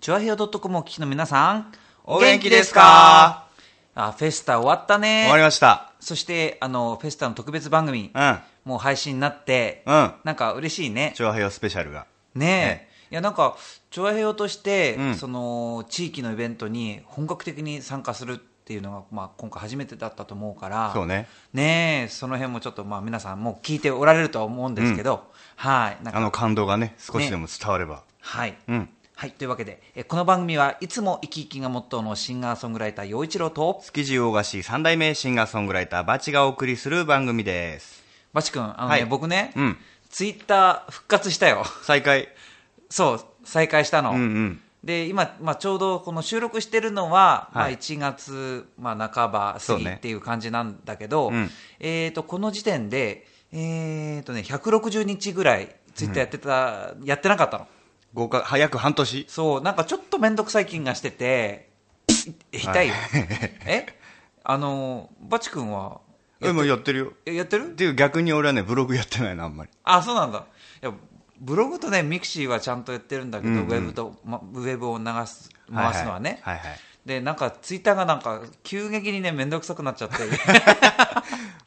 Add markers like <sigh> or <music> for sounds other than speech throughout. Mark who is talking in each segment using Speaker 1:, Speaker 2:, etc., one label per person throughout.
Speaker 1: チュアヘヨ .com をお聞きの皆さん、
Speaker 2: お元気ですか
Speaker 1: あ、フェスタ終わったね。
Speaker 2: 終わりました。
Speaker 1: そして、あの、フェスタの特別番組、
Speaker 2: うん。
Speaker 1: もう配信になって、
Speaker 2: うん
Speaker 1: なんか嬉しいね。
Speaker 2: チョアヘヨスペシャルが。
Speaker 1: ねえ。いや、なんか、チョアヘヨとして、
Speaker 2: うん
Speaker 1: その、地域のイベントに本格的に参加するっていうのが、まあ、今回初めてだったと思うから、
Speaker 2: そうね。
Speaker 1: ねえ、その辺もちょっと、まあ、皆さんもう聞いておられるとは思うんですけど、はい。なん
Speaker 2: あ
Speaker 1: か、
Speaker 2: の感動がね、少しでも伝われば。
Speaker 1: はい。
Speaker 2: うん。
Speaker 1: はい、というわけで、えこの番組はいつも生き生きがモットーのシンガーソングライター陽一郎と、
Speaker 2: 築地大菓子三代目シンガーソングライターバチがお送りする番組です。
Speaker 1: バチ君、あのね、
Speaker 2: はい
Speaker 1: 僕ね、
Speaker 2: うん
Speaker 1: ツイッター復活したよ。 <laughs>
Speaker 2: 再開。
Speaker 1: そう、再開したの。
Speaker 2: うんうん。
Speaker 1: で、今、まあ、ちょうどこの収録してるのは、
Speaker 2: はい
Speaker 1: まあ、1月、まあ、半ば過
Speaker 2: そう
Speaker 1: ぎ
Speaker 2: ね
Speaker 1: っていう感じなんだけど、
Speaker 2: うん
Speaker 1: えっ、と、この時点で、えっ、とね、160日ぐらい、ツイッターやってた、やってなかったの。
Speaker 2: 合格、早く半年。
Speaker 1: そう、なんかちょっと面倒くさい気がしてて、い痛
Speaker 2: <laughs>
Speaker 1: いよ。えあの、バチ君は、
Speaker 2: え、もうやってるよ。
Speaker 1: ややって
Speaker 2: っ
Speaker 1: る
Speaker 2: ていう逆に俺はね、ブログやってないな、あんまり。
Speaker 1: あ、そうなんだ。いやブログとね、ミクシーはちゃんとやってるんだけど、ウェブと、ま、ウェブを流す、回すのはね。
Speaker 2: はいはいはいは
Speaker 1: で、なんか、ツイッターがなんか、急激にね、面倒くさくなっちゃ
Speaker 2: <laughs>
Speaker 1: って。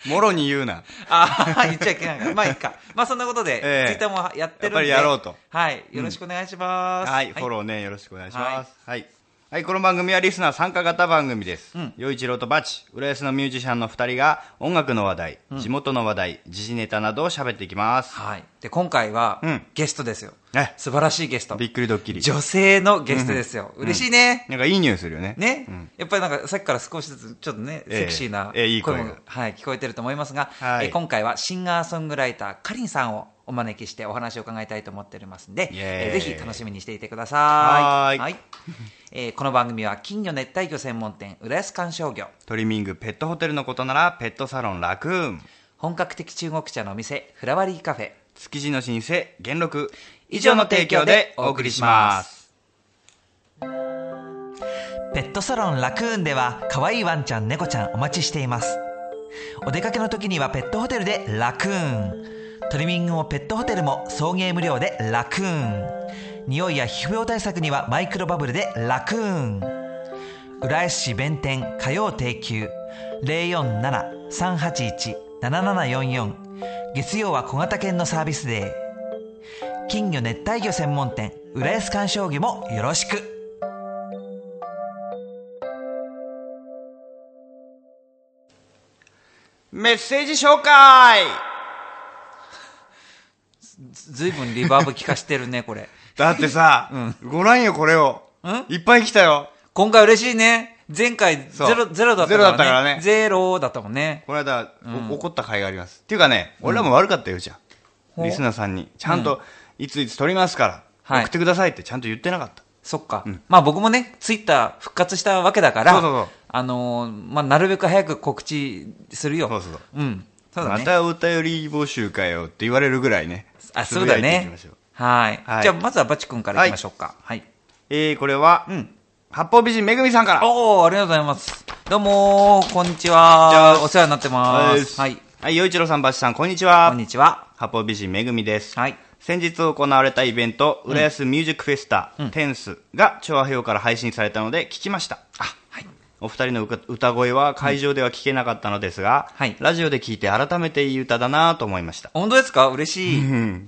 Speaker 2: い。もろに言うな。
Speaker 1: ああ、言っちゃいけないから。まあ、いいか。まあ、そんなことで、
Speaker 2: ええ
Speaker 1: ツイッターもやってるんで。
Speaker 2: やっぱりやろうと
Speaker 1: はい。よろしくお願いします。
Speaker 2: はい、フォローね、よろしくお願いします。はい。はいこの番組はリスナー参加型番組です。洋、一郎とバチ、浦安のミュージシャンの2人が音楽の話題、地元の話題、時事ネタなどを喋っていきます。
Speaker 1: はい。で、今回は、
Speaker 2: うん
Speaker 1: ゲストですよ
Speaker 2: え。
Speaker 1: 素晴らしいゲスト。
Speaker 2: びっくりドッキリ。
Speaker 1: 女性のゲストですよ。嬉しいね。
Speaker 2: なんかいい匂いするよね。
Speaker 1: ね、やっぱりなんかさっきから少しずつちょっとね、
Speaker 2: ええ
Speaker 1: セクシーな
Speaker 2: ええい
Speaker 1: 声
Speaker 2: い声
Speaker 1: も、
Speaker 2: が
Speaker 1: はい、聞こえてると思いますが、
Speaker 2: はい
Speaker 1: え今回はシンガーソングライター、かりんさんをお招きしてお話を伺いたいと思っておりますんで、
Speaker 2: イエーイ
Speaker 1: えぜひ楽しみにしていてください。
Speaker 2: はーい
Speaker 1: えーこの番組は金魚熱帯魚専門店、浦安観賞魚、
Speaker 2: トリミング、ペットホテルのことなら、ペットサロンラクーン。
Speaker 1: 本格的中国茶のお店、フラワリーカフェ、
Speaker 2: 築地の老舗、元禄。
Speaker 1: 以
Speaker 2: 以
Speaker 1: 上
Speaker 2: 上
Speaker 1: の
Speaker 2: の
Speaker 1: 提
Speaker 2: 提
Speaker 1: 供
Speaker 2: 供
Speaker 1: で
Speaker 2: で
Speaker 1: お
Speaker 2: お
Speaker 1: 送
Speaker 2: 送
Speaker 1: り
Speaker 2: り
Speaker 1: し
Speaker 2: し
Speaker 1: ま
Speaker 2: ます。
Speaker 1: ペットサロンラクーンでは可愛いワンちゃん、猫ちゃんお待ちしています。お出かけの時にはペットホテルでラクーン。トリミングもペットホテルも送迎無料でラクーン。匂いや皮膚病対策にはマイクロバブルでラクーン。浦安市弁天火曜定休047-381-7744月曜は小型犬のサービスデー。金魚熱帯魚専門店浦安鑑賞魚もよろしく
Speaker 2: メッセージ紹介
Speaker 1: ずいぶんリバーブ効かしてるね、これ。
Speaker 2: だってさ、ご覧よ、これを。いっぱい来たよ。
Speaker 1: 今回嬉しいね。前回ゼロ、
Speaker 2: そう
Speaker 1: ゼロだったからね。
Speaker 2: ゼロだったからね
Speaker 1: ゼロだったもんね。
Speaker 2: この間、お怒った回があります。っていうかね、俺らも悪かったよ、じゃ
Speaker 1: ほ
Speaker 2: ん。
Speaker 1: う
Speaker 2: リスナーさんに、ちゃんと、いついつ撮りますから、
Speaker 1: はい
Speaker 2: 送ってくださいってちゃんと言ってなかった。
Speaker 1: そっか。
Speaker 2: うん
Speaker 1: まあ僕もね、ツイッター復活したわけだから、
Speaker 2: そうそうそう
Speaker 1: あのーまあなるべく早く告知するよ。
Speaker 2: そうそうそう
Speaker 1: うん。そうだね。
Speaker 2: またお便り募集かよって言われるぐらいね。
Speaker 1: あ、そうだ
Speaker 2: つぶやいていき
Speaker 1: ね
Speaker 2: ましょう。
Speaker 1: はい。
Speaker 2: はい
Speaker 1: じゃあまずはバチ君からいきましょうか。はい。
Speaker 2: えー、これは、
Speaker 1: うん
Speaker 2: 八方美人めぐみさんから。
Speaker 1: おー、ありがとうございます。どうもー、こんにちは。お世話になってま。
Speaker 2: です
Speaker 1: はい。。
Speaker 2: はい、洋一郎さん、ばちさん、こんにち
Speaker 1: こ
Speaker 2: は
Speaker 1: ん。にちは。
Speaker 2: 八方美人めぐみです。
Speaker 1: はい。
Speaker 2: 先日行われたイベント、浦安ミュージックフェスタ、テンスが調和表から配信されたので聞きました。
Speaker 1: あ、はい。
Speaker 2: お二人の歌歌声は会場では聞けなかったのですが、
Speaker 1: はい
Speaker 2: ラジオで聞いて改めていい歌だなと思いました。
Speaker 1: 本当ですか嬉しい。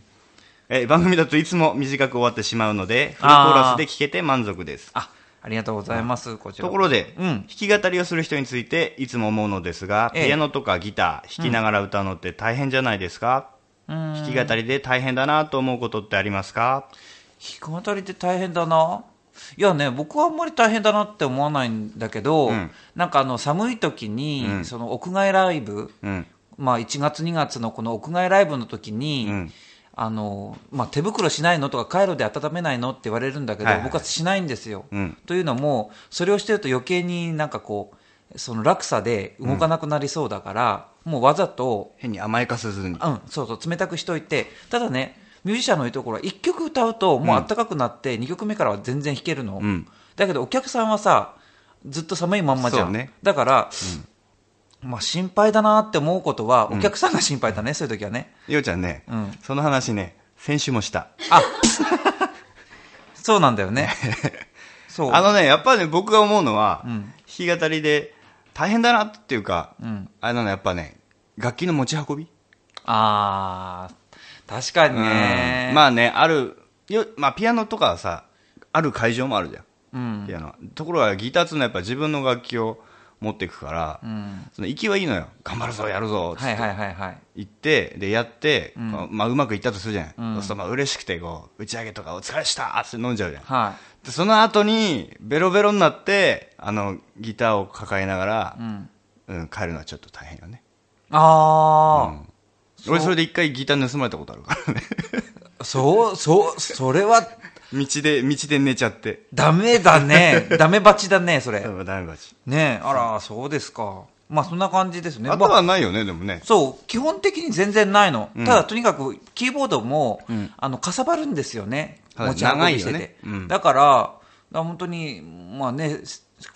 Speaker 2: え番組だといつも短く終わってしまうので、フルコ
Speaker 1: あー
Speaker 2: ーラスで聞けて満足です。
Speaker 1: あ、ありがとうございます、こちら。
Speaker 2: ところで、
Speaker 1: うん
Speaker 2: 弾き語りをする人についていつも思うのですが、
Speaker 1: ええ
Speaker 2: ピアノとかギター弾きながら歌うのって大変じゃないですか、弾き語りで大変だなと思うことってありますか
Speaker 1: 弾き語りって大変だな。いやね、僕はあんまり大変だなって思わないんだけど、
Speaker 2: うん
Speaker 1: なんかあの寒い時に、
Speaker 2: うん
Speaker 1: その屋外ライブ、
Speaker 2: うん
Speaker 1: まあ1月2月のこの屋外ライブの時に、
Speaker 2: うん
Speaker 1: あのまあ、手袋しないのとか、カイロで温めないのって言われるんだけど、
Speaker 2: はいはい
Speaker 1: 僕はしないんですよ。
Speaker 2: うん
Speaker 1: というのも、それをしてると余計になんかこう、その落差で動かなくなりそうだから、もうわざと
Speaker 2: 変に甘やかせずに、
Speaker 1: うん、そうそう、冷たくしといて、ただね、ミュージシャンのいいところは、1曲歌うと、もう暖かくなって、2曲目からは全然弾けるの、
Speaker 2: うん
Speaker 1: だけどお客さんはさ、ずっと寒いまんまじゃ
Speaker 2: そ
Speaker 1: ん、
Speaker 2: うね
Speaker 1: だから、まあ、心配だなって思うことは、お客さんが心配
Speaker 2: <laughs>
Speaker 1: だね、そういう時はね。
Speaker 2: ようちゃんね、
Speaker 1: うん
Speaker 2: その話ね先週もした
Speaker 1: あそうなんだよ
Speaker 2: <laughs>
Speaker 1: ね。そう。
Speaker 2: あのね、やっぱね、僕が思うのは、
Speaker 1: ん
Speaker 2: 弾き語りで大変だなっていうか、
Speaker 1: うん
Speaker 2: あのね、やっぱね、楽器の持ち運び、
Speaker 1: あー、確かにね。
Speaker 2: うんまあね、ある、よまあ、ピアノとかはさ、ある会場もあるじゃん。
Speaker 1: うん。
Speaker 2: ピアノはところがギターっつうのはやっぱ自分の楽器を持っていくから、
Speaker 1: うん。
Speaker 2: その息はいいのよ頑張るぞやるぞっつっ
Speaker 1: はい
Speaker 2: て
Speaker 1: はいはいはい。
Speaker 2: 行ってでやって、
Speaker 1: うん
Speaker 2: まあまあ、うまくいったとするじゃない、
Speaker 1: うん
Speaker 2: そうするとまあ嬉しくてこう打ち上げとかお疲れしたっつって飲んじゃうじゃん
Speaker 1: は
Speaker 2: でその後にベロベロになってあのギターを抱えながら
Speaker 1: い。う、ん。
Speaker 2: うん帰るのはちょっと大変よね、
Speaker 1: あー、
Speaker 2: うん俺それで一回ギター盗まれたことあるから <laughs> ね
Speaker 1: そう、そう、それは、
Speaker 2: 道で道で寝ちゃって
Speaker 1: ダメだね。
Speaker 2: <laughs>
Speaker 1: ダメバチだね、それ。
Speaker 2: うんダメだし
Speaker 1: ねえ、あら、そうですか。まあ、そんな感じですね。
Speaker 2: あ
Speaker 1: ま
Speaker 2: と
Speaker 1: あ
Speaker 2: はないよねでもね
Speaker 1: そう、基本的に全然ないの。
Speaker 2: うん
Speaker 1: ただ、とにかく、キーボードも、
Speaker 2: うん
Speaker 1: あの、かさばるんですよね。
Speaker 2: はい
Speaker 1: 持ち運びしてて。
Speaker 2: 長いよねうん
Speaker 1: だから、だから本当に、まあね、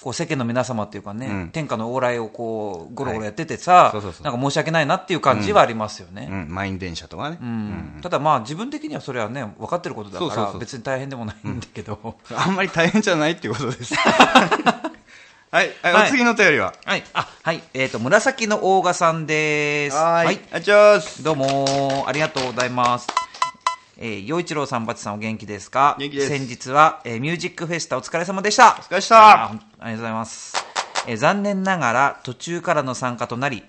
Speaker 1: こう世間の皆様っていうかね、
Speaker 2: うん
Speaker 1: 天下の往来をこう、ゴロゴロやっててさ、
Speaker 2: そうそうそう
Speaker 1: なんか申し訳ないなっていう感じはありますよね。
Speaker 2: うん、満員電車とかね、
Speaker 1: う
Speaker 2: うん
Speaker 1: んただまあ自分的にはそれはね分かってることだから
Speaker 2: そうそうそう
Speaker 1: 別に大変でもないんだけど、
Speaker 2: あんまり大変じゃないっていうことです
Speaker 1: <laughs>
Speaker 2: はい、はい
Speaker 1: はい
Speaker 2: お次のお便りは
Speaker 1: はいあはいえっ、と紫のオーガさんです
Speaker 2: はいあちょーす
Speaker 1: どうもありがとうございます。えー、陽一郎さん、バチさん、お元気ですか
Speaker 2: 元気です
Speaker 1: 先日は、えーミュージックフェスタお疲れ様でした。
Speaker 2: お疲れ様でした
Speaker 1: あほんありがとうございます。えー残念ながら途中からの参加となり、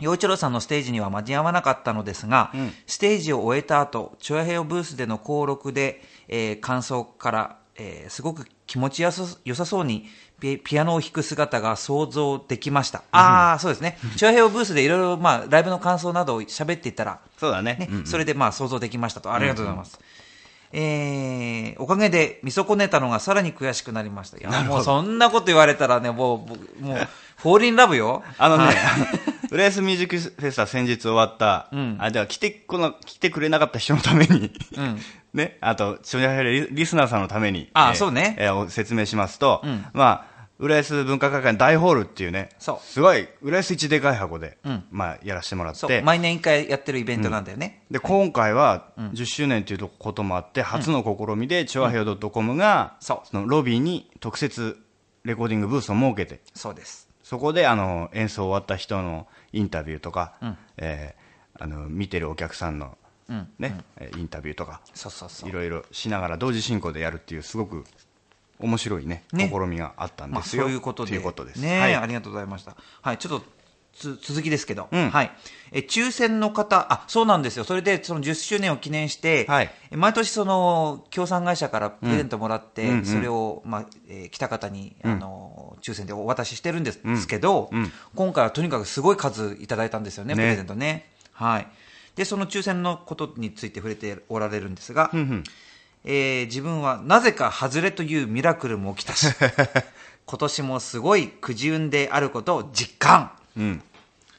Speaker 1: 陽一郎さんのステージには間に合わなかったのですが、
Speaker 2: うん
Speaker 1: ステージを終えた後、チョアヘオブースでの登録で、えー感想から、えーすごく気持ちよさ良さそうにピピアノを弾く姿が想像できました。ああ、そう
Speaker 2: <laughs>
Speaker 1: ですね。チョアヘオブースでいろいろ、まあ、ライブの感想などを喋っていたら、
Speaker 2: そうだね
Speaker 1: ね
Speaker 2: うんうん
Speaker 1: それでまあ想像できましたと。ありがとうございます。えーおかげで見損ねたのがさらに悔しくなりました。いや、もうそんなこと言われたらね、もう、もう、もうフォーリンラブよ。
Speaker 2: あのね、
Speaker 1: はい
Speaker 2: <laughs> 浦安ミュージックフェスタ先日終わった、
Speaker 1: ん
Speaker 2: あ、じゃあ来てこな、来てくれなかった人のために、
Speaker 1: ん
Speaker 2: <laughs> ね、あと、ちょリリスナーさんのために、
Speaker 1: あそうね
Speaker 2: えーお説明しますと、
Speaker 1: ん
Speaker 2: まあ、浦安文化会館大ホールっていうね、
Speaker 1: そう
Speaker 2: すごい、浦安一でかい箱で、
Speaker 1: ん
Speaker 2: まあ、やらせてもらっ
Speaker 1: そう、
Speaker 2: て、
Speaker 1: 毎年一回やってるイベントなんだよね。
Speaker 2: で、今回は10周年ということもあって、初の試みで、チョアヘオドットコムが、
Speaker 1: そう
Speaker 2: のロビーに特設レコーディングブースを設けて、
Speaker 1: そうです。
Speaker 2: そこであの演奏終わった人のインタビューとか、えーあの見てるお客さんの、
Speaker 1: うん
Speaker 2: ねえーインタビューとか
Speaker 1: そうそうそう
Speaker 2: い。ろいろしながら同時進行でやるっていうすごく面白いね
Speaker 1: ね
Speaker 2: 試みがあったん
Speaker 1: まあ、
Speaker 2: で
Speaker 1: そ
Speaker 2: すよ、
Speaker 1: ういうことで。
Speaker 2: ということです、
Speaker 1: ねえ、
Speaker 2: はい
Speaker 1: ありがとうございました。はい、ちょっと、つ続きですけど、
Speaker 2: うん
Speaker 1: はい。え、抽選の方、あ、そうなんですよ。それで、その10周年を記念して、
Speaker 2: はい
Speaker 1: え毎年、その、協賛会社からプレゼントもらって、
Speaker 2: うんうん
Speaker 1: それを、まあ、えー来た方に、あの、抽選でお渡ししてるんですけど、
Speaker 2: うんうん
Speaker 1: 今回はとにかくすごい数いただいたんですよね、
Speaker 2: ね
Speaker 1: プレゼントね。はい。で、その抽選のことについて触れておられるんですが、
Speaker 2: んうん
Speaker 1: えー自分はなぜか外れというミラクルも起き
Speaker 2: <laughs>
Speaker 1: たし、今年もすごいくじ運であることを実感。
Speaker 2: うん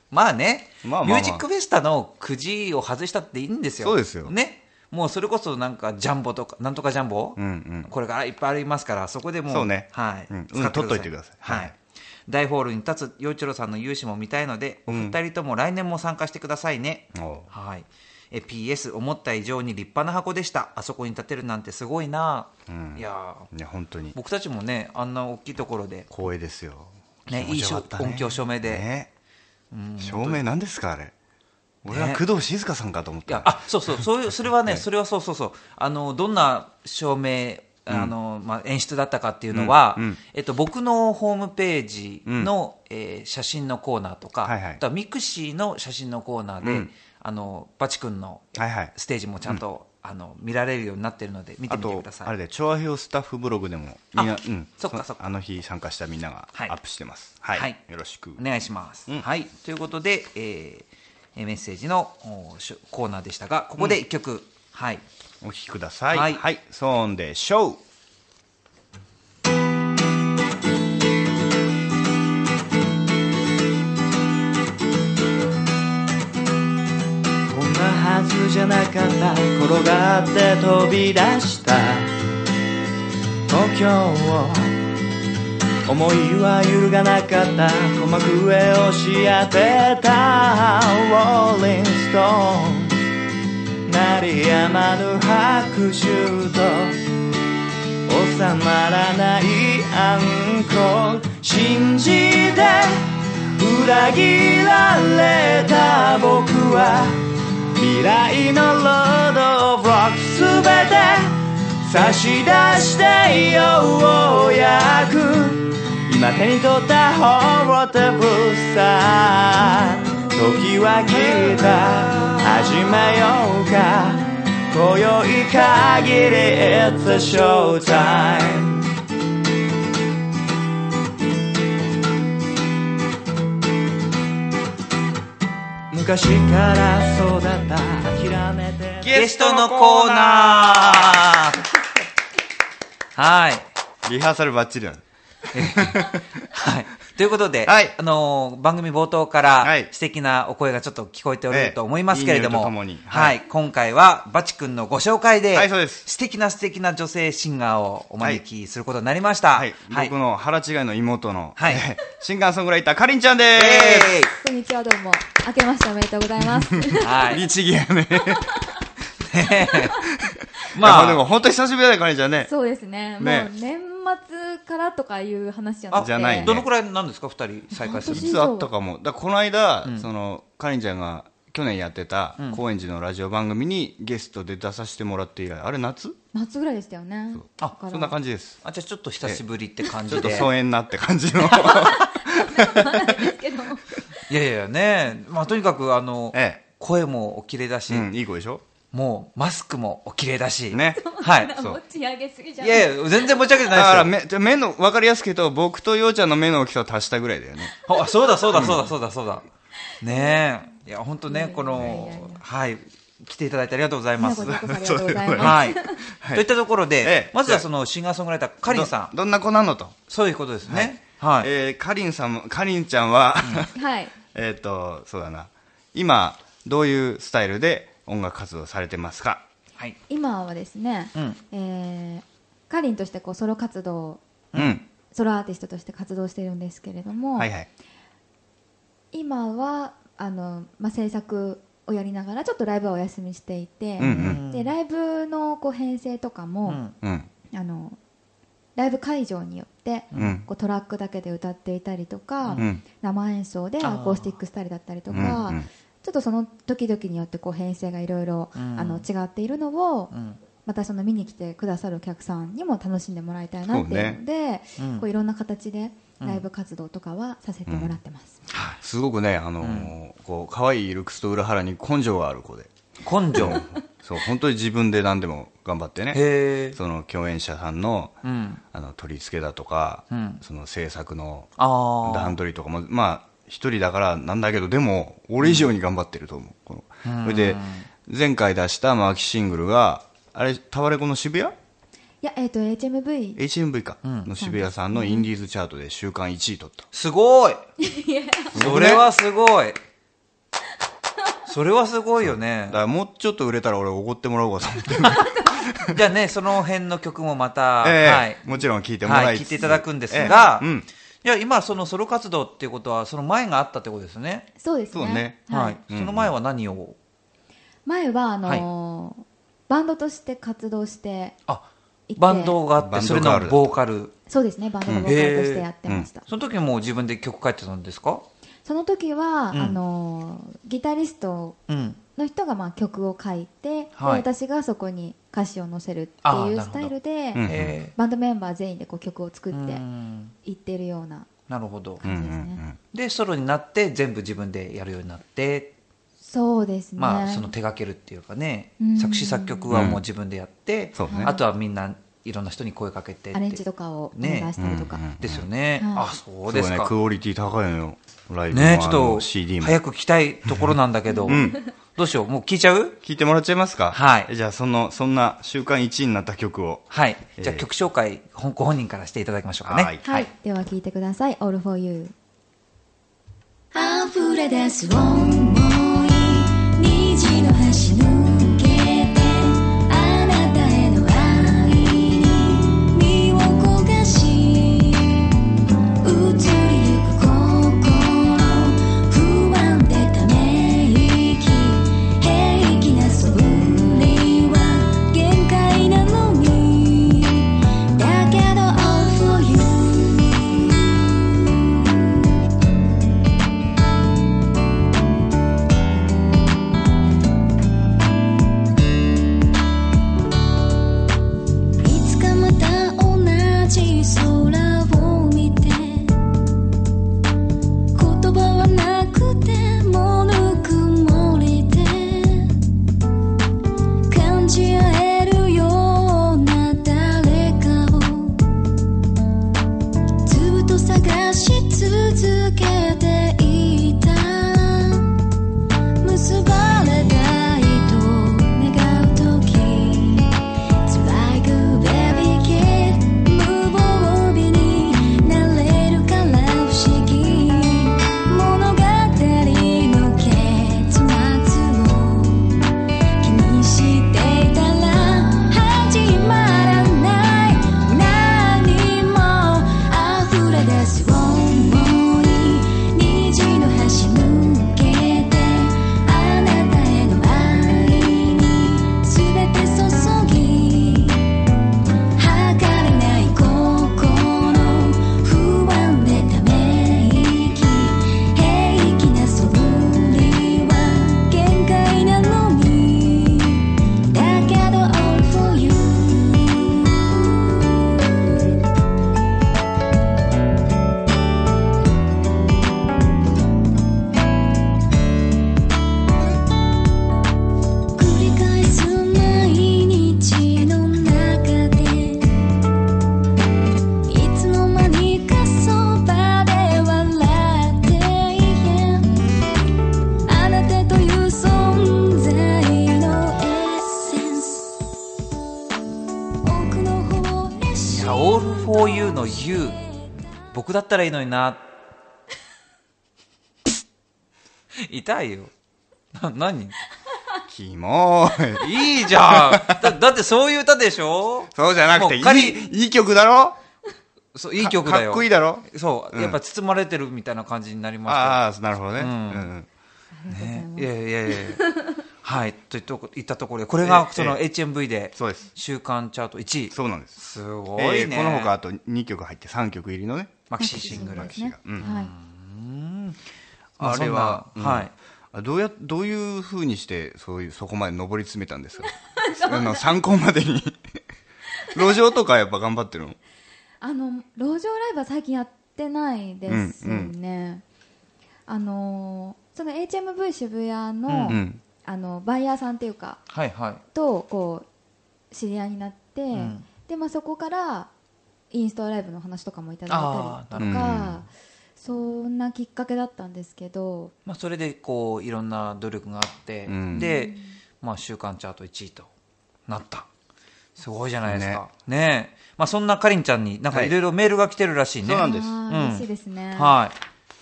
Speaker 1: まあね、
Speaker 2: まあまあまあ
Speaker 1: ミュージックフェスタのくじを外したっていいんですよ。
Speaker 2: そうですよ
Speaker 1: ね。もうそれこそなんかジャンボとか、なんとかジャンボ、
Speaker 2: うんうん
Speaker 1: これがいっぱいありますから、そこでも
Speaker 2: そうね
Speaker 1: はい。
Speaker 2: うん
Speaker 1: 使
Speaker 2: うん取っといてください
Speaker 1: は
Speaker 2: はいい。
Speaker 1: 大ホールに立つ陽一郎さんの勇姿も見たいので、お
Speaker 2: うん
Speaker 1: 二人とも来年も参加してくださいね。
Speaker 2: おう
Speaker 1: はい。え PS 思った以上に立派な箱でしたあそこに立てるなんてすごいな、
Speaker 2: うん
Speaker 1: いやー
Speaker 2: いや本当に
Speaker 1: 僕たちもねあんな大きいところで
Speaker 2: 光栄ですよ、
Speaker 1: ね
Speaker 2: 気持ちよかった
Speaker 1: いいしょ音響照明で
Speaker 2: ね照明なんですかあれ俺は
Speaker 1: ね
Speaker 2: 工藤静香さんかと思っ
Speaker 1: いや
Speaker 2: た、
Speaker 1: あそうそう、そういう、それはね、それはそうそうそう、あの、どんな照明、あの、まあ、演出だったかっていうのは、
Speaker 2: うんうん
Speaker 1: えっと、僕のホームページの、えー写真のコーナーとか、
Speaker 2: はいはい
Speaker 1: あとはミクシーの写真のコーナーで、
Speaker 2: うん
Speaker 1: あの、バチ君の
Speaker 2: はいはい
Speaker 1: ステージもちゃんと、あの、見られるようになってるので、見て
Speaker 2: あ
Speaker 1: みてく
Speaker 2: と
Speaker 1: ださい。
Speaker 2: あれで調和表スタッフブログでもみんな
Speaker 1: あ
Speaker 2: うん
Speaker 1: そっかそっか
Speaker 2: あの日参加したみんなが
Speaker 1: はい
Speaker 2: アップしてますはい、
Speaker 1: はい
Speaker 2: よろしく
Speaker 1: お願いします。
Speaker 2: うん
Speaker 1: はい。ということで、えーえーメッセージのおしょコーナーでしたが、ここで一曲、はい。
Speaker 2: お聞きください
Speaker 1: は
Speaker 2: はいい、そんでしょう
Speaker 3: こんなはずじゃなかった転がって飛び出した東京を思いは揺るがなかった鼓膜上をし当てたローリングストーン鳴り止まぬ拍手とまらないあんこ信じて裏切られた僕は未来のロードブロックすべて差し出してようやく今手に取ったホロテブルさ時は来た始めようか今宵限り It's a showtime 昔から育った諦めて
Speaker 1: ゲストのコーナーはい。
Speaker 2: リハーサルバッチリだね
Speaker 1: はい。ということで、
Speaker 2: はい
Speaker 1: あのー番組冒頭から、
Speaker 2: はい
Speaker 1: 素敵なお声がちょっと聞こえてお
Speaker 2: え
Speaker 1: る
Speaker 2: え
Speaker 1: と思いますけれども、
Speaker 2: いい匂いとともに
Speaker 1: は
Speaker 2: はい
Speaker 1: い、今回は、バチ君のご紹介で、
Speaker 2: はいそうです
Speaker 1: 素敵な素敵な女性シンガーをお招きすることになりました。
Speaker 2: はい、僕の腹違いの妹の、
Speaker 1: はい
Speaker 2: シンガーソングライターかりんちゃんで
Speaker 1: イ
Speaker 2: す、
Speaker 1: エ
Speaker 4: こんにちは、どうも。明けましておめでとうございます。
Speaker 1: ーイは
Speaker 2: 律儀やね
Speaker 1: い。
Speaker 2: <laughs> まあ
Speaker 1: ま
Speaker 2: でも
Speaker 1: あ、
Speaker 2: 本当久しぶりだねかりんちゃんね
Speaker 4: そうですね。
Speaker 2: ね
Speaker 4: もう年末からとかいう話じゃなくて。
Speaker 2: じゃないね
Speaker 1: どのくらいなんですか、二人再会す
Speaker 2: い
Speaker 1: る
Speaker 4: 私
Speaker 2: つあったかもだからこの間、そのかりんちゃんが去年やってた高円寺のラジオ番組にゲストで出させてもらって以来あれ夏
Speaker 4: 夏ぐらいでしたよね。
Speaker 1: あ
Speaker 4: だから
Speaker 2: そんな感じです
Speaker 1: あ、じゃあちょっと久しぶりって感
Speaker 2: ち
Speaker 1: じ
Speaker 2: ょっと
Speaker 1: で。
Speaker 2: 疎遠なって感じの
Speaker 4: けど。 <laughs>
Speaker 1: いやいやね、まあとにかく、あの、
Speaker 2: ええ
Speaker 1: 声もお綺麗だし、
Speaker 2: うんいい子でしょ
Speaker 1: もうマスクもお綺麗だし、
Speaker 2: ね
Speaker 1: <laughs> はい。
Speaker 4: 持ち上げすぎじゃ
Speaker 1: い
Speaker 4: ない
Speaker 1: やいや、全然持ち上げて
Speaker 2: だか
Speaker 1: な
Speaker 2: ら
Speaker 1: いで
Speaker 2: 目目の分かりやすく言うと僕とようちゃんの目の大きさを足したぐらいだよね
Speaker 1: す <laughs> よ。あ、そうだそうだそうだそうだそうだ。ねえ。いや、本当ね、この、はい、来ていただいてありがとうござい
Speaker 4: みん
Speaker 1: ま
Speaker 4: な
Speaker 1: す。
Speaker 4: こち
Speaker 1: は
Speaker 4: らこそありがとうございます。
Speaker 1: い。 <laughs> といったところで
Speaker 2: ええ、
Speaker 1: まずはそのシンガーソングライター、かりんさん。
Speaker 2: どどんな子なのと
Speaker 1: そういうことですね。はい。
Speaker 2: えー、かりんさんもかりんちゃんは、
Speaker 4: はい。
Speaker 2: <laughs> えっとそうだな今どういうスタイルで音楽活動されてますか
Speaker 1: はい。
Speaker 4: 今はですね、
Speaker 1: うん
Speaker 4: えー、かりんとしてこうソロ活動、
Speaker 2: うん、
Speaker 4: ソロアーティストとして活動してるんですけれども、
Speaker 2: はいはい
Speaker 4: 今は、あの、まあ、制作をやりながら、ちょっとライブはお休みしていて、
Speaker 2: うんうん
Speaker 4: で、ライブのこう編成とかも、
Speaker 1: うん。
Speaker 2: うん
Speaker 4: あのライブ会場によって、
Speaker 2: うん
Speaker 4: こうトラックだけで歌っていたりとか、
Speaker 2: うん
Speaker 4: 生演奏で
Speaker 1: あ
Speaker 4: ア
Speaker 1: ー
Speaker 4: コースティックスタイルだったりと
Speaker 2: うん
Speaker 4: か、
Speaker 2: うん
Speaker 4: ちょっとその時々によってこう編成がいろいろ
Speaker 1: うん
Speaker 4: あの違っているのを、
Speaker 1: うん。
Speaker 4: またその見に来てくださるお客さんにも楽しんでもらいたいなっていうので
Speaker 1: そうねうん
Speaker 4: こういろんな形でライブ活動とかはさせてもらってます、
Speaker 2: すごくね、あのーこう可愛いルックスと裏腹に根性がある子で、
Speaker 1: 根
Speaker 2: <laughs>
Speaker 1: 性。
Speaker 2: そう本当に自分で何でも頑張ってね、
Speaker 1: へえ。
Speaker 2: その共演者さんの,、
Speaker 1: うん。
Speaker 2: あの取り付けだとか、
Speaker 1: うん
Speaker 2: その制作の
Speaker 1: ああ
Speaker 2: 段。取りとかも、まあ、一人だからなんだけど、でも、俺以上に頑張ってると思う、このそれで前回出したマーキシングルが、あれ、タワレコの渋谷
Speaker 4: いやえっ、と HMV
Speaker 2: ?HMV か、の渋谷さんのインディーズチャートで週間1位取った。
Speaker 1: すごいそれは
Speaker 2: す
Speaker 1: すご <laughs> い。それはすごいよね
Speaker 2: ごくねだ。からもうちょっと売れたら俺、おごってもらおうかと思って。
Speaker 1: じゃあね、その辺の曲もまた、
Speaker 2: ええ
Speaker 1: はい。
Speaker 2: もちろん聞いても
Speaker 1: は
Speaker 2: らい
Speaker 1: い、
Speaker 2: つつ
Speaker 1: 聞いていただくんですが、
Speaker 2: ええうん
Speaker 1: いや、今、そのソロ活動っていうことは、その前があったってことですね。
Speaker 4: そうですね
Speaker 2: そうね
Speaker 4: はい
Speaker 1: はい。その前は何を、
Speaker 4: 前はあのーバンドとして活動して
Speaker 1: あ、
Speaker 4: いて
Speaker 1: バンドがあって、
Speaker 2: バンドガールだ
Speaker 1: そ
Speaker 2: った
Speaker 1: れのボーカル。
Speaker 4: そうですね、バンドのボーカルとしてやってました。
Speaker 1: その時も自分で曲書いてたんですか
Speaker 4: その時は、
Speaker 1: うん
Speaker 4: あのギタリスト
Speaker 1: うん。
Speaker 4: の人がまあ曲を書いて、
Speaker 1: はい
Speaker 4: で私がそこに歌詞を載せるって
Speaker 1: あーなるほ
Speaker 4: いう
Speaker 1: ど
Speaker 4: スタイルで、
Speaker 2: うん
Speaker 1: え
Speaker 4: バンドメンバー全員でこう曲を作
Speaker 1: え
Speaker 4: っ
Speaker 1: う
Speaker 4: て
Speaker 1: ん
Speaker 4: いってるような、
Speaker 1: なるほど。
Speaker 2: うんうん
Speaker 4: そうです
Speaker 2: うん
Speaker 4: ね
Speaker 1: で、ソロになって、全部自分でやるようになって、
Speaker 4: そうですね。
Speaker 1: まあ、その手掛けるっていうかね
Speaker 4: う、ん
Speaker 1: 作詞作曲はもう自分でやって、
Speaker 2: そうね
Speaker 1: あとはみんないろんな人に声かけてって
Speaker 4: アレンジとかをお
Speaker 1: ね
Speaker 4: 願いしたりとか、
Speaker 2: うんうん
Speaker 1: ですよね。
Speaker 4: はい
Speaker 1: あ、そうです
Speaker 2: ごい
Speaker 1: か
Speaker 2: ね、。クオリティ高いのよ。ライブも
Speaker 1: ね
Speaker 2: あ
Speaker 1: ちょ
Speaker 2: の
Speaker 1: っと
Speaker 2: CD も。
Speaker 1: 早く聞きたいところなんだけど、どうしよう、もう聞いちゃう
Speaker 2: 聞いてもらっちゃいますか
Speaker 1: はい
Speaker 2: えじゃあ、その、そんな週間1位になった曲を。
Speaker 1: はい。じゃあ
Speaker 2: えー
Speaker 1: 曲紹介、本ご本人からしていただきましょうかね。
Speaker 2: はい
Speaker 4: はい、では聴いてください。All for you。
Speaker 5: 溢れ出す想い虹の端抜けてあなたへの愛に身を焦がし移りゆく心不安でため息平気な素振りは限界なのにだけど
Speaker 1: か All for You の You 僕だったらいいのにな痛いよな何
Speaker 2: キモ
Speaker 1: <laughs>
Speaker 2: ーい。
Speaker 1: いいじゃんだだってそういう歌でしょ
Speaker 2: そうじゃなくて、い
Speaker 1: もう仮
Speaker 2: い、いい曲だろ
Speaker 1: そういい曲だよ
Speaker 2: かっこいいだろ
Speaker 1: そう、
Speaker 2: うん
Speaker 1: やっぱ包まれてるみたいな感じになりま
Speaker 2: ああ、なるほどね。
Speaker 1: ん
Speaker 2: うん
Speaker 1: したねいやいやいやはいといっとこいったところでこれが
Speaker 2: ええ
Speaker 1: その
Speaker 2: え
Speaker 1: HMV で
Speaker 2: そうです
Speaker 1: 週間チャート1位
Speaker 2: そうなんです。
Speaker 1: すごいね、
Speaker 2: えーこのほかあと2曲入って3曲入りのね。
Speaker 1: マキシシングル
Speaker 4: そうですね
Speaker 2: うん
Speaker 4: はい
Speaker 1: ま
Speaker 2: あれは、
Speaker 1: そんな
Speaker 2: うん
Speaker 1: はい
Speaker 2: あどうや、どういう風にして、そういう、そこまで上り詰めたんですかあの、参考までに。路上とかやっぱ頑張ってるの
Speaker 4: あの路上ライブは最近やってないですね、あのーその HMV 渋谷の,、
Speaker 2: うんうん
Speaker 4: あのバイヤーさんっていうか
Speaker 1: はいはい
Speaker 4: とこう知り合いになって、
Speaker 1: ん
Speaker 4: でまあ、そこからインスタライブの話とかもいただいたりとか
Speaker 2: あ、
Speaker 4: そんなきっかけだったんですけど
Speaker 1: まあ、それでこういろんな努力があって、
Speaker 2: うん
Speaker 1: で、まあ、週間チャート1位となったすごいじゃないですかねえ、まあ、そんなかりんちゃんになんか
Speaker 2: はい
Speaker 1: いろいろメールが来てるらしいね
Speaker 2: そうなんです
Speaker 4: あ
Speaker 1: うん
Speaker 4: ー嬉しいですね、
Speaker 1: はい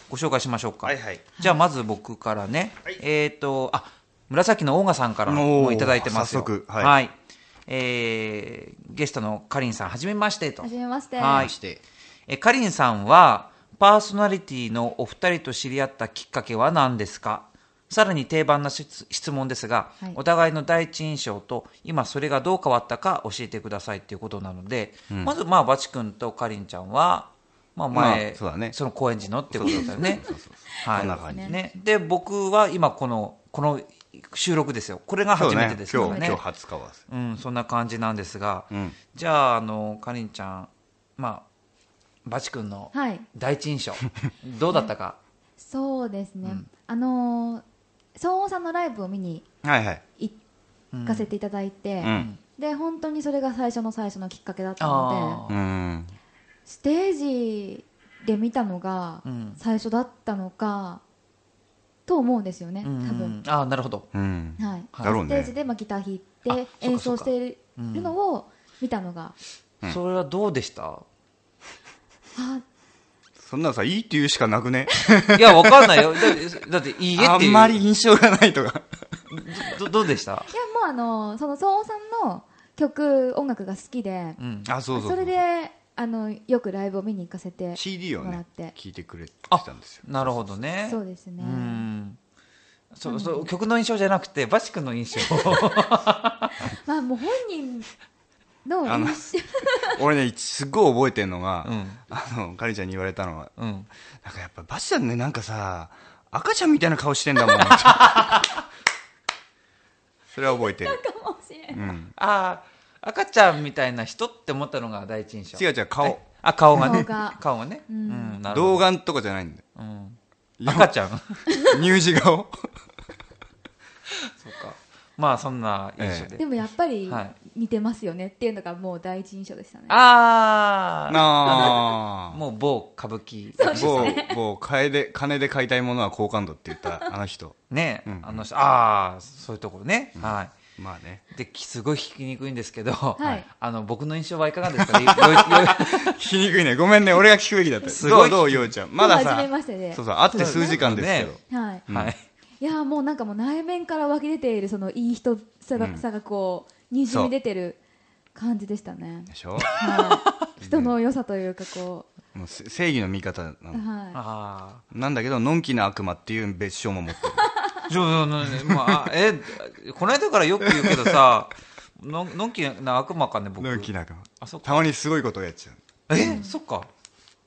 Speaker 1: ご紹介しましょうか、
Speaker 2: はいはい
Speaker 1: じゃあまず僕からね、えっ、とあ紫のオーガさんから
Speaker 2: おー
Speaker 1: もいただいてますよ
Speaker 2: 早速はい
Speaker 1: えーゲストのかりんさんはじめましてと
Speaker 4: はじめまして
Speaker 1: はい
Speaker 2: まして。
Speaker 1: えかりんさんはパーソナリティのお二人と知り合ったきっかけは何ですかさらに定番な質質問ですが、
Speaker 4: はい
Speaker 1: お互いの第一印象と今それがどう変わったか教えてくださいっていうことなので、まずまあバチ君とかりんちゃんは、まあ、前、
Speaker 2: まあそうだね
Speaker 1: の高円寺のってことだったよね。はい
Speaker 2: こんな感じ
Speaker 1: ね、で僕は今このこの収録ですよこれが
Speaker 2: そう
Speaker 1: 初め
Speaker 2: ね
Speaker 1: て、ですか
Speaker 2: 今
Speaker 1: ら
Speaker 2: 日、
Speaker 1: ね
Speaker 2: 今日初顔合わせ。
Speaker 1: うん、そんな感じなんですが、
Speaker 2: うん
Speaker 1: じゃああのかりんちゃんまあバチ君の
Speaker 4: はい
Speaker 1: 第一印象、どうだった
Speaker 4: <laughs>
Speaker 1: か
Speaker 4: そうですね、あのー、総音さんのライブを見に
Speaker 2: はいはい。
Speaker 4: 行かせていただいて、
Speaker 2: うん。
Speaker 4: で本当にそれが最初の最初のきっかけだった
Speaker 1: あ
Speaker 4: の
Speaker 1: ー
Speaker 2: うん。
Speaker 4: でステージで見たのが
Speaker 1: うん
Speaker 4: 最初だったのかと思うんですよね、
Speaker 1: うん
Speaker 4: 多分、
Speaker 1: あーなるほど
Speaker 2: うん。
Speaker 4: はい、
Speaker 2: だろうね
Speaker 4: ステージでまあギター弾いて
Speaker 1: あ
Speaker 4: 演
Speaker 1: そっ
Speaker 4: 奏
Speaker 1: かそっか
Speaker 4: しているのを見たのが、
Speaker 1: それはどうでした
Speaker 2: そんなのさ、いいって言うしかなくね。
Speaker 1: いやわかんない
Speaker 4: <laughs>
Speaker 1: よだってだっていいえ
Speaker 2: あ
Speaker 1: っていうん
Speaker 2: まり印象がないとか。
Speaker 1: どどうでした、
Speaker 4: いやもうあのその総音さんの曲音楽が好きで、
Speaker 1: うん、
Speaker 2: あ、そうそうそう。
Speaker 4: それであのよくライブを見に行かせて
Speaker 2: CD を
Speaker 4: もら
Speaker 2: ね
Speaker 4: って、
Speaker 2: 聞いてくれて
Speaker 1: あ
Speaker 2: たんですよ。
Speaker 1: なるほどね
Speaker 4: そうですね
Speaker 1: うんそうそう曲の印象じゃなくてバチ君の印象
Speaker 2: <laughs>
Speaker 4: まあもう本人の
Speaker 2: あの
Speaker 4: 印象
Speaker 2: 俺ね、すっごい覚えてんのが、
Speaker 1: うん
Speaker 2: あの、かりちゃんに言われたのは、
Speaker 1: うん
Speaker 2: なんかやっぱバチさんね、なんかさ、赤ちゃんみたいな顔してんだもん。 <laughs> それは覚えてる。
Speaker 4: かもしれない
Speaker 2: うん。
Speaker 1: ああ赤ちゃんみたいな人って思ったのが第一印象
Speaker 2: 違う違う、顔。
Speaker 1: あ顔がね
Speaker 4: 顔が
Speaker 1: 顔がね、う
Speaker 4: うんん
Speaker 1: なるほ
Speaker 2: 童
Speaker 1: ど
Speaker 2: 顔とかじゃないんだよ。
Speaker 1: うん
Speaker 2: いや
Speaker 1: 赤ちゃんそう
Speaker 2: 乳児顔。
Speaker 1: かまあそんな印象で、
Speaker 4: でもやっぱり
Speaker 1: はい
Speaker 4: 似てますよねっていうのがもう第一印象でしたね。
Speaker 1: ああ
Speaker 2: なあ。
Speaker 1: もう某歌舞伎
Speaker 2: 某、某、楓金で買いたいものは好感度って言った、あの人。
Speaker 1: ね、
Speaker 2: うん
Speaker 1: あの人ああそういうところね、は
Speaker 2: まあね。
Speaker 1: いですごい聞きにくいんですけど、
Speaker 4: はい
Speaker 1: あの僕の印象はいかがですか <laughs> ねよいよい
Speaker 2: 聞きにくいね。ごめんね、俺が聞くべきだった。
Speaker 1: すごい
Speaker 2: どうどう、ようちゃん。まだ
Speaker 4: 今日
Speaker 2: さ
Speaker 4: 初めましてで、
Speaker 2: そうそう、会って <laughs> 数時間ですけ
Speaker 1: そうで。
Speaker 2: ど
Speaker 4: はい。
Speaker 2: うん
Speaker 1: はい、
Speaker 4: いやーもうなんかもう内面から湧き出ているそのいい人さが,、さがこうにじみ出てる感じでしたね。
Speaker 2: でしょ
Speaker 4: はい。人の良さというかこ
Speaker 2: もうせ正義の味方な
Speaker 4: う、
Speaker 2: の。
Speaker 4: は
Speaker 1: あ
Speaker 2: なんだけど、のんきな悪魔っていう別称も持ってる。 <laughs>
Speaker 1: あちょまあえこの間からよく言うけどさののんきな悪魔かね僕
Speaker 2: のんきな悪魔。
Speaker 1: あそっか
Speaker 2: たまにすごいことをやっちゃ
Speaker 1: え、そっか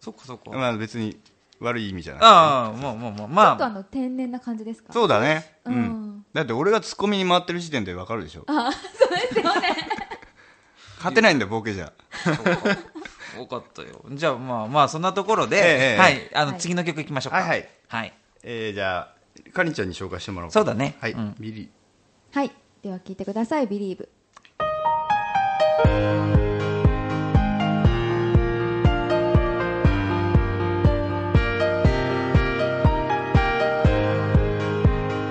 Speaker 1: そっかそっか、
Speaker 2: う。まあ別に悪い意味じゃない。
Speaker 1: ああまあまあまあ
Speaker 4: い。ちょっとあ
Speaker 1: ま
Speaker 4: の天然な感じですか。
Speaker 2: そうだね。う
Speaker 4: うん
Speaker 2: ん。だって俺がツッコミに回ってる時点でわかるでしょ。
Speaker 4: あーそうですよね。
Speaker 2: 勝てないんだよ、ボケじ
Speaker 1: あ
Speaker 2: ゃ。
Speaker 1: そうか多かったよじゃあまあまあそんなところで、
Speaker 2: ええええ
Speaker 1: はいあの、
Speaker 4: はい
Speaker 1: 次の曲いきましょうか
Speaker 2: はいはい、
Speaker 1: はい
Speaker 2: えー、じゃあ、かりんちゃんに紹介してもらおうか
Speaker 1: そうだね
Speaker 2: はい
Speaker 1: うん。
Speaker 2: ビリ
Speaker 4: はい。では聞いてください。ビリーブ。
Speaker 5: 「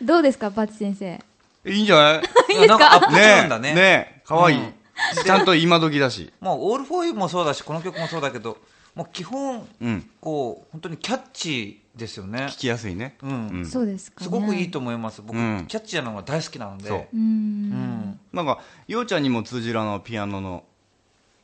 Speaker 4: どうですか、バッチ先生。
Speaker 2: いいんじゃない
Speaker 4: いいんです
Speaker 1: なんかア
Speaker 4: か
Speaker 1: ップするんだね。
Speaker 2: ねえ、かわいい。
Speaker 1: うん
Speaker 2: ちゃんと今時だし。
Speaker 1: もう、オールフォーユーもそうだし、この曲もそうだけど、もう基本、
Speaker 2: うん
Speaker 1: こう、本当にキャッチーですよね
Speaker 2: 聞。きやすいね。
Speaker 1: うん。
Speaker 2: うん
Speaker 4: そうですか、ね。
Speaker 1: すごくいいと思います。僕、
Speaker 2: うん
Speaker 1: キャッチーなのが大好きなので。
Speaker 2: そう
Speaker 4: うー。
Speaker 1: うんん。
Speaker 2: なんか、ようちゃんにも通じるあのピアノの、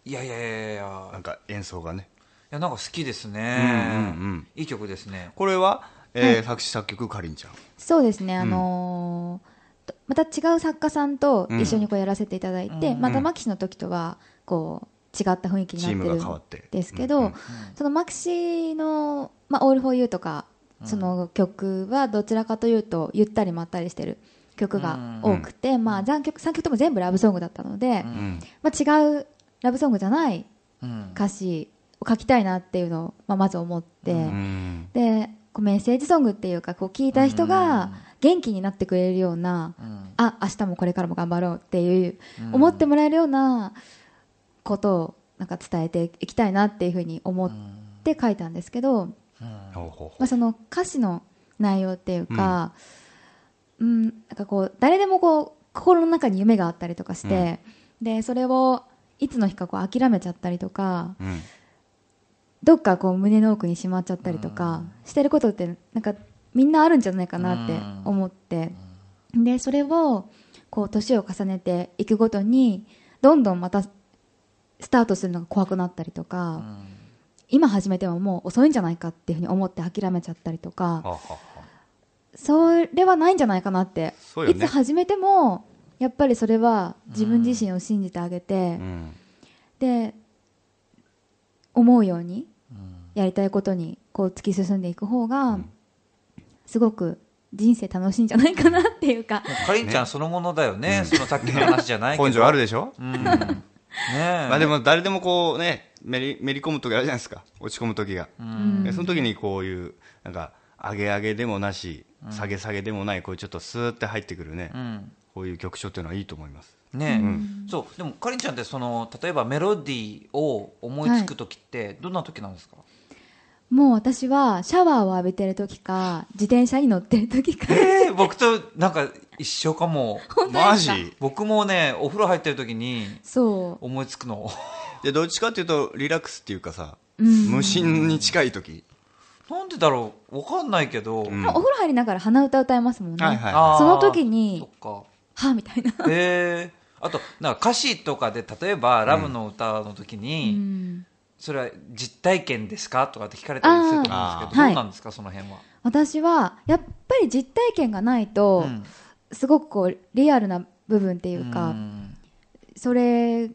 Speaker 1: いやいやいやいや
Speaker 2: なんか演奏がね。
Speaker 1: いやなんか好きですね、
Speaker 2: うんうんうん
Speaker 1: いい曲ですね
Speaker 2: これは、えー作詞作曲かりんちゃん。
Speaker 4: そうですね、あのーとまた違う作家さんと一緒にこうやらせていただいて、またマキシの時とはこう違った雰囲気にな
Speaker 2: チ
Speaker 4: って
Speaker 2: ーム
Speaker 4: る
Speaker 2: が変わっ
Speaker 4: ん
Speaker 2: て
Speaker 4: ですけど、
Speaker 2: うんうんうん
Speaker 4: そのマキシの「まあ、All for You」とかその曲はどちらかというとゆったりまったりしてる曲が多くて、まあ、残曲3曲とも全部ラブソングだったので、
Speaker 2: うん。
Speaker 4: まあ、違うラブソングじゃない
Speaker 1: うん
Speaker 4: 歌詞を書きたいなっていうのを、まあ、まず思って。
Speaker 2: うん。
Speaker 4: でこうメッセージソングっていうかこう聞いた人が元気になってくれるような、
Speaker 1: うん
Speaker 4: あ明日もこれからも頑張ろうっていう、思ってもらえるようなことをなんか伝えていきたいなっていうふうに思って書いたんですけど、ま
Speaker 2: ほうほうほ
Speaker 4: あ、その歌詞の内容っていうか、うんなんかこう誰でもこう心の中に夢があったりとかして、でそれをいつの日かこう諦めちゃったりとか、
Speaker 2: う。うん。
Speaker 4: どっかこう胸の奥にしまっちゃったりとかしてることってなんかみんなあるんじゃないかなって思ってでそれをこう年を重ねていくごとにどんどんまたスタートするのが怖くなったりとか今始めてももう遅いんじゃないかっていうふうに思って諦めちゃったりと
Speaker 2: はあ
Speaker 4: か
Speaker 2: はあはあ
Speaker 4: それはないんじゃないかなって
Speaker 2: そうよ
Speaker 4: い
Speaker 2: ね
Speaker 4: つ始めてもやっぱりそれは自分自身を信じてあげて
Speaker 2: うん。
Speaker 4: で思うようにやりたいことにこう突き進んでいく方がすごく人生楽しいんじゃないかなっていうか、
Speaker 1: かりんちゃんそのものだよね、そのさっきの話じゃ
Speaker 2: <laughs>
Speaker 1: ないけど
Speaker 2: 根性あるでしょ
Speaker 1: うんねえ
Speaker 2: まあでも誰でもこうね、めり、めり込む時あるじゃないですか。落ち込む時が。
Speaker 4: うん
Speaker 2: でその時にこういう、なんか、上げ上げでもなし、下げ下げでもない、こういうちょっとスーって入ってくるね、
Speaker 1: うん
Speaker 2: こういう曲調っていうのはいいと思います。
Speaker 1: ねえ、そうでもかりんちゃんってその例えばメロディーを思いつく時って、どんな時なんですか
Speaker 4: もう私はシャワーを浴びてる時か自転車に乗ってる時か、
Speaker 1: ええ僕となんか一緒かも
Speaker 2: マジ
Speaker 1: 僕もねお風呂入ってる時に
Speaker 4: そう
Speaker 1: 思いつくの <laughs>
Speaker 2: で、どっちかっていうと、リラックスっていうかさ、
Speaker 4: うん
Speaker 2: 無心に近い時。
Speaker 1: なんでだろうわかんないけど、
Speaker 2: うん
Speaker 4: お風呂入りながら鼻歌歌いますもんね、
Speaker 2: はいはい
Speaker 1: あー
Speaker 4: その時に
Speaker 1: そっか
Speaker 4: はあみたいな
Speaker 1: へえあとなんか歌詞とかで例えば「ラブの歌」の時
Speaker 4: う
Speaker 1: に、
Speaker 4: ん
Speaker 1: それは実体験ですかとかって聞かれたりすると思うんですけど
Speaker 4: あー
Speaker 1: どうなんですか、その辺は、
Speaker 4: 私はやっぱり実体験がないと、
Speaker 1: ん
Speaker 4: すごくこうリアルな部分っていうか、
Speaker 1: うん
Speaker 4: それ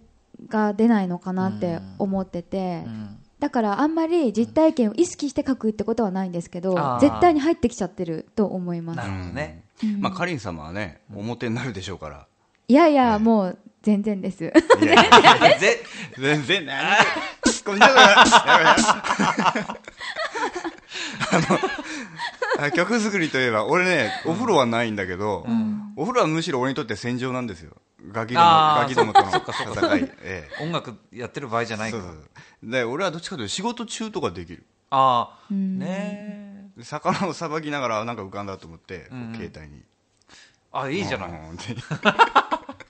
Speaker 4: が出ないのかなって思ってて、
Speaker 1: うん
Speaker 4: だからあんまり実体験を意識して書くってことはないんですけど、
Speaker 1: あー
Speaker 4: 絶対に入ってきちゃってると思いま
Speaker 1: な
Speaker 4: す
Speaker 1: るほどね、
Speaker 4: うん
Speaker 2: まあ、かりん様はね、表になるでしょう
Speaker 4: <laughs>
Speaker 2: から。
Speaker 4: いやいや、もう全然で
Speaker 1: <laughs>
Speaker 4: す
Speaker 2: いや
Speaker 1: ぜ
Speaker 2: 全然何で突っ込みながらやめろやめろ
Speaker 4: <laughs>
Speaker 2: あのあ曲作りといえば俺ねお風呂はないんだけど、お風呂はむしろ俺にとって戦場なんですよガキども
Speaker 1: あー
Speaker 2: ガキどもとの
Speaker 1: そっかそっかそっ
Speaker 2: 戦い、え
Speaker 1: 音楽やってる場合じゃな
Speaker 2: え、
Speaker 1: い
Speaker 2: そ
Speaker 1: か
Speaker 2: うそうそうで俺はどっちかというと仕事中とかできる
Speaker 1: ああ
Speaker 4: ん
Speaker 1: ねえ
Speaker 2: で魚をさばきながらなんか浮かんだと思って、こう携帯に
Speaker 1: あいいじゃない、
Speaker 2: うんって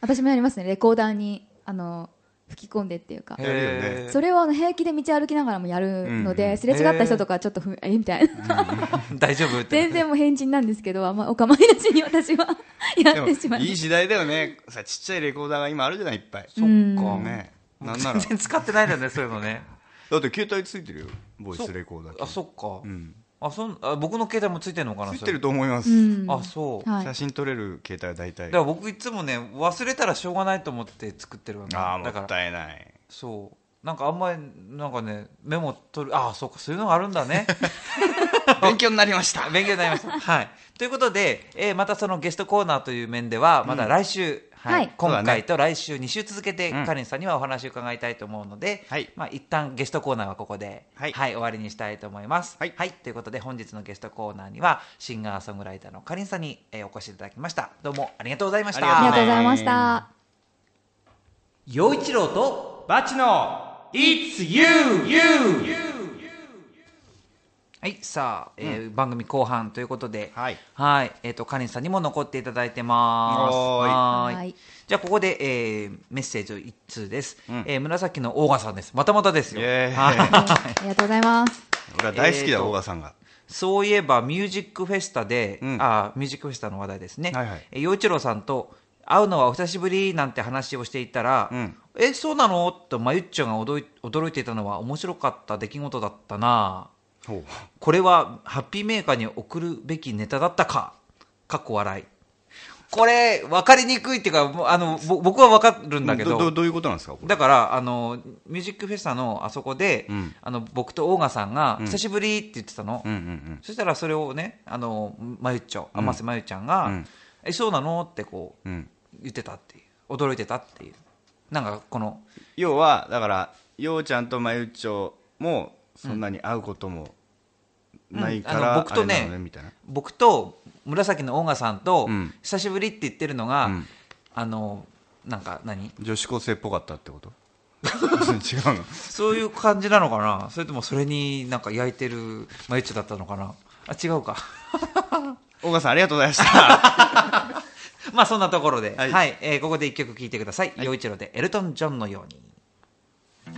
Speaker 4: 私もやりますねレコーダーにあの吹き込んでっていうか
Speaker 1: へ
Speaker 2: やるよね
Speaker 1: え
Speaker 4: それをあの平気で道歩きながらもやるので、すれ違った人とかちょっとふ <laughs> えみたいな
Speaker 1: <laughs> 大丈夫って
Speaker 4: 全然もう変人なんですけどあんまお構いなしに私は
Speaker 2: で
Speaker 4: や
Speaker 1: <laughs>
Speaker 4: っ
Speaker 2: も
Speaker 4: てしまいま
Speaker 2: いい
Speaker 4: す
Speaker 2: 時代だよねさちっちゃいレコーダーが今あるじゃないいっぱい
Speaker 1: そっか、
Speaker 2: ねなんな
Speaker 1: 全
Speaker 2: ら
Speaker 1: 然使ってないんだねそういうの
Speaker 2: <laughs>
Speaker 1: ね
Speaker 2: だって携帯ついてるよボイスレコーダーって
Speaker 1: あそっか、
Speaker 2: ん
Speaker 1: あそんあ僕の携帯もついてるのかな
Speaker 2: ついてると思います、
Speaker 4: うん
Speaker 1: それあそう、
Speaker 4: はい
Speaker 2: 写真撮れる携帯は大体
Speaker 1: だから僕いつもね忘れたらしょうがないと思って作ってるわけ
Speaker 2: ああも
Speaker 1: だか
Speaker 2: っ
Speaker 1: ら
Speaker 2: たいない
Speaker 1: そうなんかあんまりなんかねメモ取るああそうかそういうのがあるんだね
Speaker 2: 勉強になりました
Speaker 1: 勉強になりましたはいということで、えーまたそのゲストコーナーという面ではまだ来週、はい
Speaker 4: はい
Speaker 1: 今
Speaker 2: そうだ
Speaker 1: 回
Speaker 2: ね
Speaker 1: と来週2週続けて、
Speaker 2: うん
Speaker 1: カレンさんにはお話を伺いたいと思うので、
Speaker 2: はい
Speaker 1: まあ一旦ゲストコーナーはここで、
Speaker 2: はい
Speaker 1: 終わりにしたいと思います、
Speaker 2: はい
Speaker 1: ということで本日のゲストコーナーにはシンガーソングライターのカレンさんに、えーお越しいただきましたどうもありがとうございました
Speaker 4: あり
Speaker 2: あ
Speaker 4: がとうございました。
Speaker 1: 陽一郎と
Speaker 2: バチの It's you!
Speaker 1: はい、さあ、えー番組後半ということで、
Speaker 2: はい
Speaker 1: えっ、と、カリンさんにも残っていただいてます。
Speaker 2: おーい
Speaker 1: ー
Speaker 4: はい
Speaker 1: じゃあ、ここで、えーメッセージを一通です。
Speaker 2: ん
Speaker 1: えー紫のオーガさんです。またまたですよ。
Speaker 2: イエーイ
Speaker 1: はい
Speaker 4: ありがとうございます。
Speaker 2: 俺は大好き
Speaker 1: えー
Speaker 2: だ、
Speaker 1: と
Speaker 2: 大賀さんが。
Speaker 1: そういえ <laughs> ば、ミュージックフェスタで、
Speaker 2: うん
Speaker 1: あミュージックフェスタの話題ですね。
Speaker 2: はいはい
Speaker 1: えー陽一郎さんと、会うのはお久しぶりなんて話をしていたら、
Speaker 2: うん
Speaker 1: え、そうなのと、まゆっちょが驚い驚いていたのは面白かった出来事だったな
Speaker 2: ほ
Speaker 1: これはハッピーメーカーに送るべきネタだったかかっこ笑いこれ分かりにくいっていうかもうあのぼ僕は分かるんだけど
Speaker 2: どういうことなんですか、これ。
Speaker 1: だからあのミュージックフェスタのあそこで、
Speaker 2: うん
Speaker 1: あの僕とオーガさんが「
Speaker 2: ん
Speaker 1: 久しぶり」って言ってたの、
Speaker 2: うんうん
Speaker 1: そしたらそれをねあのまゆっちょ
Speaker 2: ん
Speaker 1: 天瀬まゆちゃんが「
Speaker 2: うん
Speaker 1: えそうなの?」ってこう
Speaker 2: うん。うん。
Speaker 1: 言ってたっていう驚いてたっていうなんかこの
Speaker 2: 要は、だから、ようちゃんとまゆちょも、そんなに会うこともないか
Speaker 1: うんあ
Speaker 2: ら、
Speaker 1: の僕とね
Speaker 2: あれなのみたいな。
Speaker 1: 僕と紫のオーガさんと
Speaker 2: うん
Speaker 1: 「久しぶり」って言ってるのが、
Speaker 2: うん
Speaker 1: あのなんか何
Speaker 2: 女子高生っぽかったってこと <laughs> 違うの
Speaker 1: そういう感じなのかなそれともそれになんか焼いてるマユッチョだったのかなあ違うか <laughs>
Speaker 2: 大賀さん、ありがとうございま <laughs> した。
Speaker 1: まあそんなところで、は
Speaker 2: はいい
Speaker 1: えーここで一曲聴いてください「陽、一郎でエルトン・ジョンのように」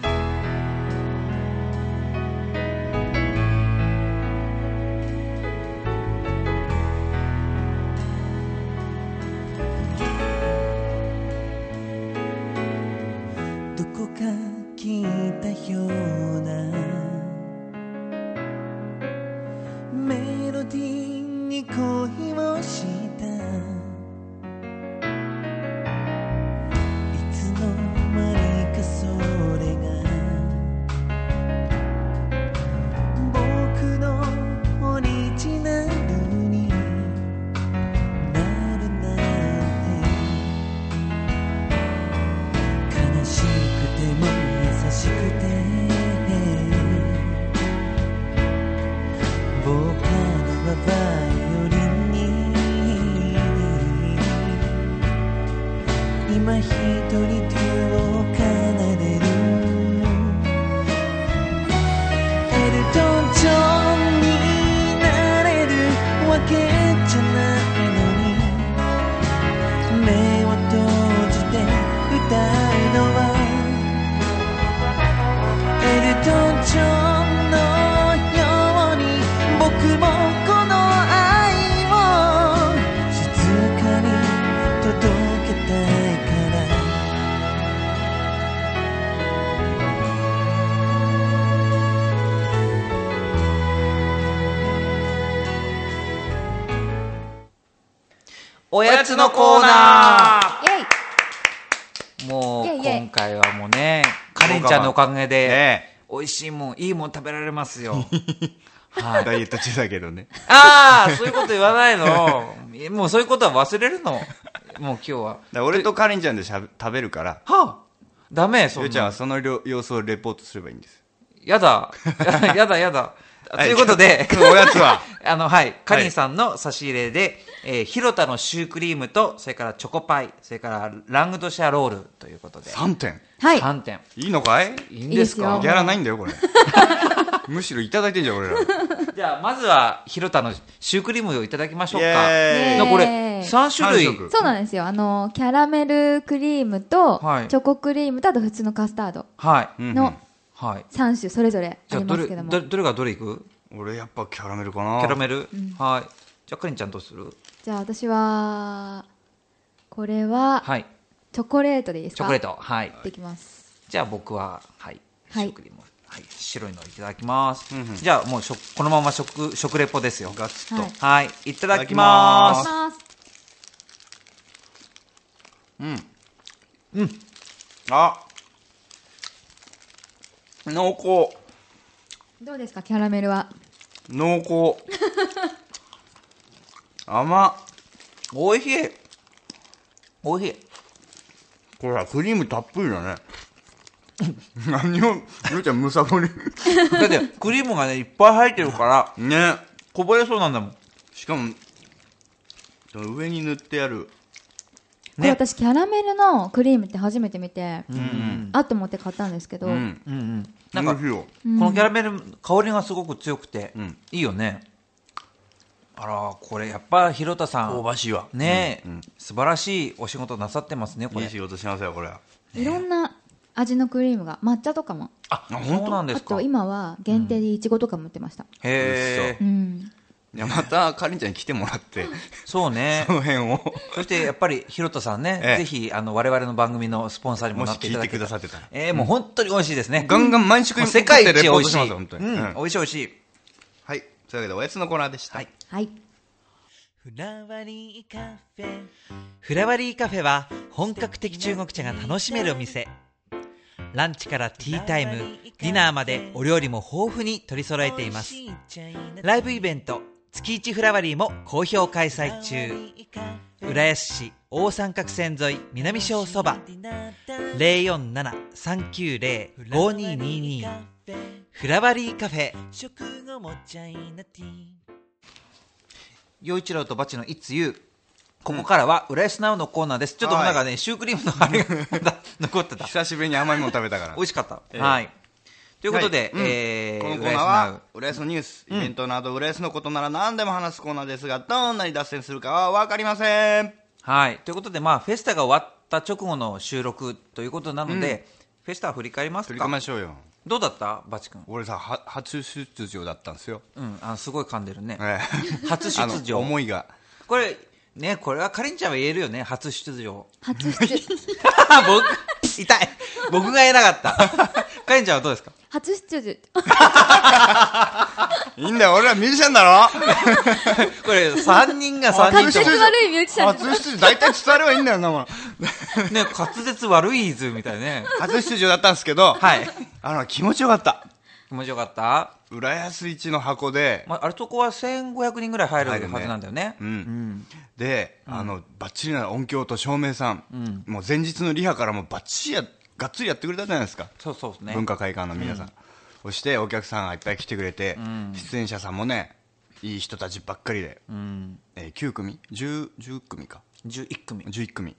Speaker 3: どこか聞いたようなメロディーに恋をしたいつの間にかそれが僕のオリジナルになるなんて悲しくても優しくて僕らはバイオリンに今一人手を奏でるエルトン・ジョンになれるわけじゃないのに目を閉じて歌うのはエルトン・ジョンのように僕もこの愛を静かに届けたいから
Speaker 1: おやつのコーナ
Speaker 4: イェ
Speaker 1: ー
Speaker 4: イ
Speaker 1: もう
Speaker 4: イェイイェイ
Speaker 1: 今回はもうねカレンちゃんのおかげで、
Speaker 2: ね
Speaker 1: 美味しいもんいいもん食べられます <laughs> よ
Speaker 2: え。ダイエット中だけどね。
Speaker 1: ああそういうこと言わないのもうそういうことは忘れるのもう今日は
Speaker 2: だから俺とカレンちゃんでしゃべ食べるから、
Speaker 1: はあダメそんな
Speaker 2: ようちゃんはその量様子をレポートすればいいんです。
Speaker 1: やだ <laughs> やだやだと
Speaker 2: はい
Speaker 1: いうことで
Speaker 2: 今日のおやつ <laughs> は
Speaker 1: あのはいかりんさんの差し入れで、えー、広田のシュークリームとそれからチョコパイそれからラングドシャロールということで
Speaker 2: 3点。
Speaker 4: はい。
Speaker 1: 3点
Speaker 2: いいのかい
Speaker 1: いいんです
Speaker 4: いい
Speaker 1: か
Speaker 4: です
Speaker 2: ギャラないんだよ、 <laughs> これ。むしろいただいてんじゃん、俺ら。
Speaker 1: じゃあまずは広田のシュークリームをいただきましょう
Speaker 2: イ
Speaker 1: か
Speaker 2: エー
Speaker 1: の
Speaker 2: イ
Speaker 1: これ
Speaker 4: ねえ
Speaker 1: 3種類
Speaker 2: 三色
Speaker 4: そうなんですよ。あの、キャラメルクリームと、
Speaker 1: はい
Speaker 4: チョコクリームと、あと普通のカスタード
Speaker 1: はい、
Speaker 2: うん
Speaker 4: の
Speaker 1: はい
Speaker 4: 3種それぞれ
Speaker 1: じ
Speaker 4: あ
Speaker 1: ゃあ
Speaker 4: り
Speaker 1: ど
Speaker 4: ます
Speaker 1: れ
Speaker 4: けども。
Speaker 1: どれどれがどれいく
Speaker 2: 俺やっぱキャラメルかな。
Speaker 1: キャラメル、はいじゃあかりんちゃんどうする
Speaker 4: じゃあ私は、これは、
Speaker 1: はい
Speaker 4: チョコレートでいいで
Speaker 1: チ
Speaker 4: すか
Speaker 1: ョコレートはい
Speaker 4: いってきます。
Speaker 1: じゃあ僕ははいシ
Speaker 4: はい
Speaker 1: ュークリーム、はい白いのいただきます、じゃあもう食このまま食食レポですよ
Speaker 2: ガツッと。
Speaker 4: はい。い
Speaker 1: はいいただきま
Speaker 4: ただ
Speaker 1: す
Speaker 4: きます。
Speaker 2: あ濃厚。
Speaker 4: どうですか、キャラメルは。
Speaker 2: 濃厚。
Speaker 1: <laughs>
Speaker 2: 甘っ。
Speaker 1: おいしいおいしい
Speaker 2: これはクリームたっぷりだね。 <laughs> 何を、ようちゃんむさ
Speaker 1: <laughs>
Speaker 2: ぼり。
Speaker 1: <laughs> だってクリームがねいっぱい入ってるから
Speaker 2: ね。
Speaker 1: こぼれそうなんだもん
Speaker 2: しかも、上に塗ってある。
Speaker 4: これ私、キャラメルのクリームって初めて見て、あっと思って買ったんですけど、
Speaker 2: うん。
Speaker 1: うんうんなんか、
Speaker 2: 美味しいよ
Speaker 1: このキャラメル、香りがすごく強くて、
Speaker 2: うん
Speaker 1: いいよね。あら、これやっぱ、広田さ
Speaker 2: 香
Speaker 1: ん、
Speaker 2: ばしいわ。
Speaker 1: ね、
Speaker 2: うんうん
Speaker 1: 素晴らしいお仕事なさってますね、こ
Speaker 2: い
Speaker 1: れ。
Speaker 2: い仕事しますよ、これは。
Speaker 4: いろんな味のクリームが抹茶とかも
Speaker 1: あ、
Speaker 2: あ
Speaker 1: そうなんで
Speaker 4: あ
Speaker 1: すか。
Speaker 4: と
Speaker 1: へ
Speaker 4: 今は限定でいちごとかも売ってました、
Speaker 1: え
Speaker 4: う、ん、
Speaker 2: いや、また、かりんちゃんに来ても
Speaker 1: <laughs>
Speaker 2: らって、
Speaker 1: そうね
Speaker 2: こ。の辺を、
Speaker 1: そしてやっぱり、広田さんね、
Speaker 2: ええ
Speaker 1: ぜひ、あの、我々の番組のスポンサーにも
Speaker 2: も
Speaker 1: な
Speaker 2: し
Speaker 1: ってい
Speaker 2: 聞
Speaker 1: た
Speaker 2: い
Speaker 1: だ
Speaker 2: て
Speaker 1: け
Speaker 2: く
Speaker 1: た
Speaker 2: だ
Speaker 1: ら
Speaker 2: さってたら。
Speaker 1: ええ、もう本当に美味しいですね。
Speaker 2: ガンガン毎週
Speaker 1: もう世界一美
Speaker 2: レポー
Speaker 1: 味
Speaker 2: ト
Speaker 1: し
Speaker 2: し
Speaker 1: い。
Speaker 2: ま
Speaker 1: う
Speaker 2: すよ、本
Speaker 1: ん
Speaker 2: 当に。うん、
Speaker 1: 美味しい美味しい。
Speaker 2: はい。というわけで、おやつのコーナーでした。はい。
Speaker 4: はい
Speaker 6: フラワリーカフェフラワリーカフェは本格的中国茶が楽しめるお店ランチからティータイムディナーまでお料理も豊富に取り揃えていますライブイベント月一フラワリーも好評開催中浦安市大三角線沿い南小そば047-390-5222フラワリーカフェ
Speaker 1: 陽一郎とバチのいつゆここからは浦安ナウのコーナーです。ちょっと
Speaker 2: はい
Speaker 1: なんかね、シュークリームのあれが <laughs> まだ残ってた。
Speaker 2: 久しぶりに甘いもの食べたから。
Speaker 1: 美味しかった。
Speaker 2: ええ
Speaker 1: はい。ということで、
Speaker 2: はいうん
Speaker 1: え
Speaker 2: この
Speaker 1: ー、
Speaker 2: コ
Speaker 1: 浦
Speaker 2: ー
Speaker 1: 安
Speaker 2: ナー
Speaker 1: ナウ
Speaker 2: は。浦安のニュース、イベントなど浦安のことなら何でも話すコーナーですがどんなに脱線するかは分かりません
Speaker 1: はい。ということで、まあ、フェスタが終わった直後の収録ということなので、フェスタは振り返ります
Speaker 2: 取り込みま
Speaker 1: か
Speaker 2: しょうよ
Speaker 1: どうだったバチ君。
Speaker 2: 俺さは初出場だったんですよ、
Speaker 1: うん、あのすごい噛んでるね。
Speaker 2: <laughs> ええ
Speaker 1: 初出
Speaker 2: あの
Speaker 1: 場。
Speaker 2: 思いが
Speaker 1: これ、ね、これはカリンちゃんは言えるよね、初出場。
Speaker 4: 初出
Speaker 1: <laughs> 僕、痛い。僕が言えなかった。 <laughs> カリンちゃんはどうですか
Speaker 4: 初出場
Speaker 2: いいんだよ俺らミュージシャンだろ
Speaker 1: これ、3人が3
Speaker 4: 滑
Speaker 1: 人と
Speaker 4: 舌
Speaker 1: も。
Speaker 4: 悪いミュージシャン
Speaker 2: 初出場大体伝わればいいんだよなもう
Speaker 1: ね、滑舌悪いズみたいなね。
Speaker 2: <laughs> 初出場だったんですけど、
Speaker 1: はい。
Speaker 2: あの気持ちよかった
Speaker 1: 気持ちよかった。
Speaker 2: 浦安一の箱で、
Speaker 1: まあ、あれそこは1500人ぐらい入るはずなんだよね。
Speaker 2: うんで、あのバッチリな音響と照明さん、もう前日のリハからもうバッチリやがっつりやってくれたじゃないですか
Speaker 1: そうそうですね。
Speaker 2: 文化会館の皆さん、そしてお客さんがいっぱい来てくれて、出演者さんもねいい人たちばっかりで、えー9組 10, 10組か
Speaker 1: 11組。
Speaker 2: 11組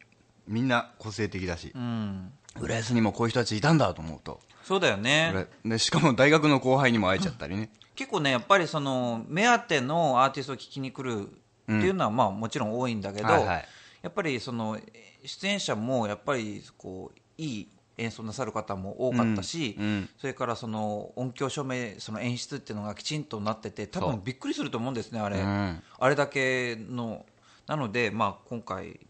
Speaker 2: みんな個性的だし、
Speaker 1: うん。
Speaker 2: 浦安にもこういう人たちいたんだと思うと、
Speaker 1: そうだよね。
Speaker 2: 俺でしかも大学の後輩にも会えちゃったりね、
Speaker 1: 結構ね、やっぱりその、目当てのアーティストを聴きに来るっていうのは、まあもちろん多いんだけど、
Speaker 2: はいはい
Speaker 1: やっぱりその、出演者もやっぱり、こう、いい演奏なさる方も多かったし、
Speaker 2: うんうん
Speaker 1: それからその音響照明、その演出っていうのがきちんとなってて、多分びっくりすると思うんですね、あれ。
Speaker 2: うん
Speaker 1: あれだけの、なので、まあ、今回、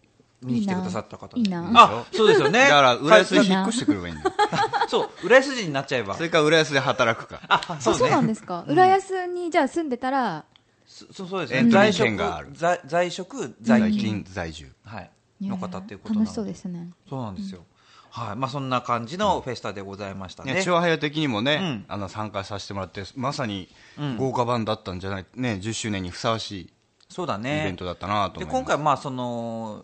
Speaker 1: 見に来てくださった方
Speaker 4: いいな
Speaker 1: あそうですよね。
Speaker 2: だから浦安
Speaker 1: はい
Speaker 2: に引っ越してくればいいんだよ
Speaker 1: <laughs> そう、浦安人になっちゃえば
Speaker 2: そ。れから浦安で働くか
Speaker 1: あ、
Speaker 4: あそうなん
Speaker 1: ね。
Speaker 4: ですか浦安にじゃあ住んでたら
Speaker 1: そそうそうです
Speaker 2: エン
Speaker 1: ね。
Speaker 2: トリ
Speaker 1: 在
Speaker 2: ー
Speaker 1: 職
Speaker 2: 権がある
Speaker 1: 在在職在
Speaker 2: 在
Speaker 1: 勤
Speaker 2: 勤在住
Speaker 1: はい
Speaker 4: いや
Speaker 1: の
Speaker 4: ー
Speaker 1: 方っていうことなの
Speaker 4: 楽しそうですね
Speaker 1: そうなんですよ。はい、まあそんな感じのフェスタでございましたね。
Speaker 2: ね、超早的にもね
Speaker 1: ん、
Speaker 2: あの参加させてもらってまさに豪華版だったんじゃない、ね、10周年にふさわしい
Speaker 1: そうだ
Speaker 2: イ
Speaker 1: ね。
Speaker 2: ベントだったなと
Speaker 1: で
Speaker 2: 思
Speaker 1: 今
Speaker 2: います
Speaker 1: 回まあその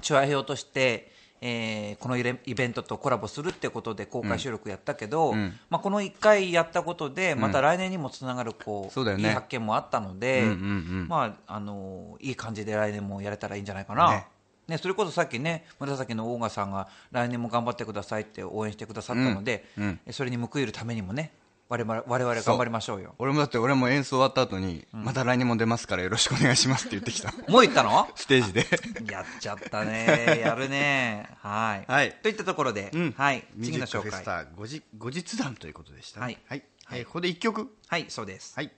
Speaker 1: チュアヘオとして、えーこのイレイベントとコラボするってことで公開収録やったけど、
Speaker 2: ん
Speaker 1: まあ、この1回やったことでまた来年にもつながるこう、
Speaker 2: そうだよね
Speaker 1: いい発見もあったので、
Speaker 2: うんうんうん
Speaker 1: まああのいい感じで来年もやれたらいいんじゃないかな。
Speaker 2: ね
Speaker 1: ねそれこそさっきね紫のオーガさんが来年も頑張ってくださいって応援してくださったので、
Speaker 2: うんうん
Speaker 1: それに報いるためにもね我々我々頑張りましょうよ
Speaker 2: 俺もだって俺も演奏終わった後に、また来年も出ますからよろしくお願いしますって言って
Speaker 1: <laughs>
Speaker 2: きた
Speaker 1: もう言ったの
Speaker 2: ステー
Speaker 1: <laughs>
Speaker 2: ジで
Speaker 1: やっちゃったね。
Speaker 2: <laughs>
Speaker 1: やるね。はい。
Speaker 2: はい
Speaker 1: といったところで、
Speaker 2: うん
Speaker 1: はい。
Speaker 2: <laughs> ミュ
Speaker 1: 次
Speaker 2: ージ
Speaker 1: の
Speaker 2: ッ
Speaker 1: 紹
Speaker 2: クフェ
Speaker 1: 介。
Speaker 2: スタ後日後日談ということでしたね
Speaker 1: はい
Speaker 2: はいえーここで1曲
Speaker 1: はい、そうです。
Speaker 2: はい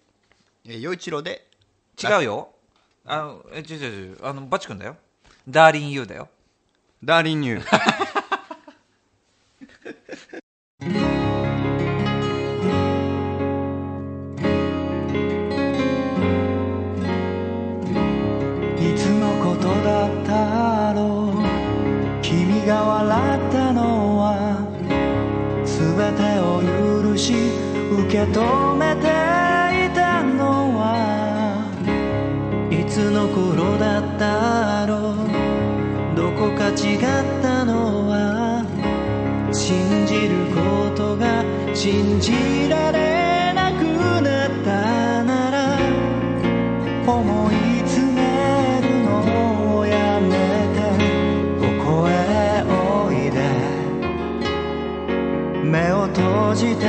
Speaker 2: えー陽一郎で
Speaker 1: 違うよ。あの、え、違う違う違う。あの、バチ君だよ。ダーリン・ユーだよ。
Speaker 2: 「ダーリンニュー」
Speaker 1: <laughs>
Speaker 3: いつのことだったろう君が笑ったのは全てを許し受け止めていたのはいつの頃だったろうどこか違ったのは信じることが信じられなくなったなら思い詰めるのをやめてここへおいで目を閉じて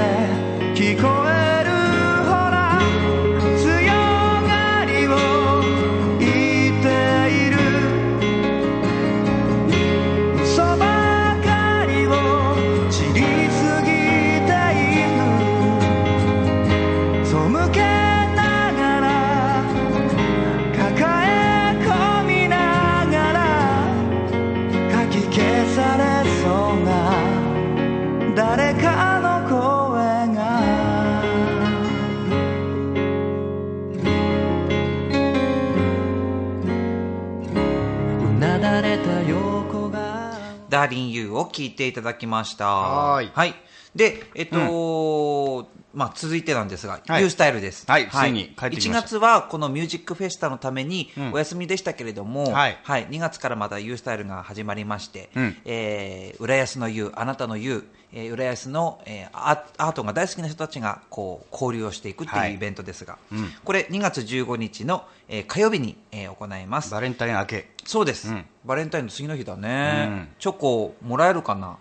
Speaker 5: 離れた横が
Speaker 1: ダーリン U を聞いていただきました。
Speaker 2: はーい
Speaker 1: で、えっと、まあ、続いてなんですが、
Speaker 2: はい
Speaker 1: U スタイルです。
Speaker 2: はいついに帰ってきました
Speaker 1: 1月はこのミュージックフェスタのために
Speaker 2: ん
Speaker 1: お休みでしたけれども、
Speaker 2: はい
Speaker 1: 2月からまた U スタイルが始まりまして、
Speaker 2: うん
Speaker 1: えー浦安の U、あなたの U、えー浦安の、えーアアートが大好きな人たちがこう交流をしていくって
Speaker 2: はいいう
Speaker 1: イベントですが、これ2月15日の、えー火曜日に、えー行います。
Speaker 2: バレンタイン明け。
Speaker 1: そうです、
Speaker 2: うん
Speaker 1: バレンタインの次の日だね、
Speaker 2: うん
Speaker 1: チョコもらえるかな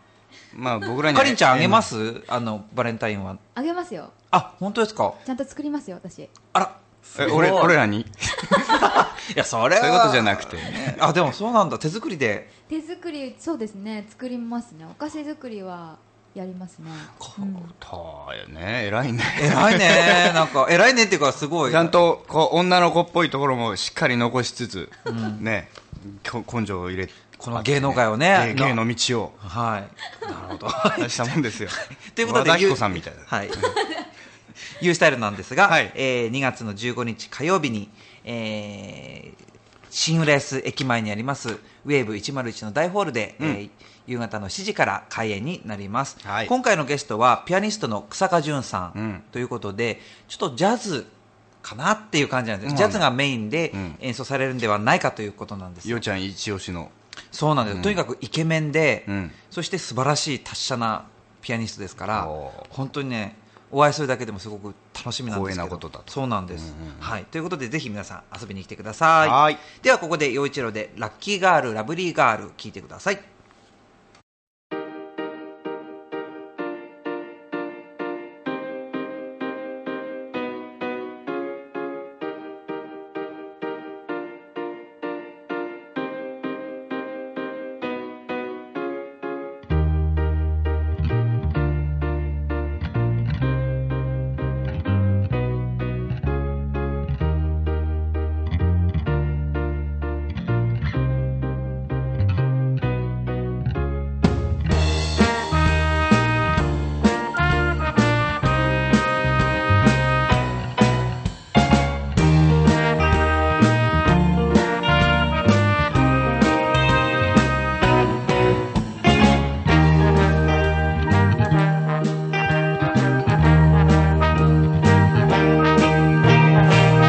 Speaker 2: まあ僕らには。。
Speaker 1: かりんちゃんあげますす、あのバレンタインは
Speaker 4: あげますよ
Speaker 1: あ本当ですか
Speaker 4: ちゃんと作りますよ私
Speaker 1: あら
Speaker 2: え、俺、
Speaker 1: すごい
Speaker 2: 俺らに <laughs>
Speaker 1: いやそれは
Speaker 2: そういうことじゃなくて
Speaker 1: ねあでもそうなんだ手作りで
Speaker 4: 手作りそうですね作りますねお菓子作りはやりますねうん
Speaker 2: たよね。偉いね。
Speaker 1: 偉いねなんか偉いねっていうかすごい
Speaker 2: <laughs> ちゃんと、こう、女の子っぽいところもしっかり残しつつ、ね、こ根性を入れ
Speaker 1: この芸能界をね
Speaker 2: 芸芸の道を。
Speaker 1: はいなるほど
Speaker 2: 出したもんですよ。
Speaker 1: <laughs> ということで
Speaker 2: 和田アキ子さんみたいな。
Speaker 1: はい <laughs> U スタイルなんですが、
Speaker 2: はい
Speaker 1: えー2月の15日火曜日に、えー新浦安駅前にありますウェーブ101の大ホールで、えー夕方の7時から開演になります、
Speaker 2: はい
Speaker 1: 今回のゲストはピアニストの草加淳さ
Speaker 2: うん
Speaker 1: んということで、ちょっとジャズかなっていう感じなんです、
Speaker 2: うん
Speaker 1: ジャズがメインで
Speaker 2: うん
Speaker 1: 演奏されるんではないかということなんです
Speaker 2: ようちゃん一押しの。
Speaker 1: そうなんです、とにかくイケメンで、
Speaker 2: うん
Speaker 1: そして素晴らしい達者なピアニストですから
Speaker 2: おー
Speaker 1: 本当にねお会いするだけでもすごく楽しみなんですけど
Speaker 2: 光栄なことだと
Speaker 1: そうなんです、
Speaker 2: うんうんうん
Speaker 1: はい、ということでぜひ皆さん遊びに来てください
Speaker 2: はい
Speaker 1: ではここで陽一郎で「ラッキーガールラブリーガール」聞いてください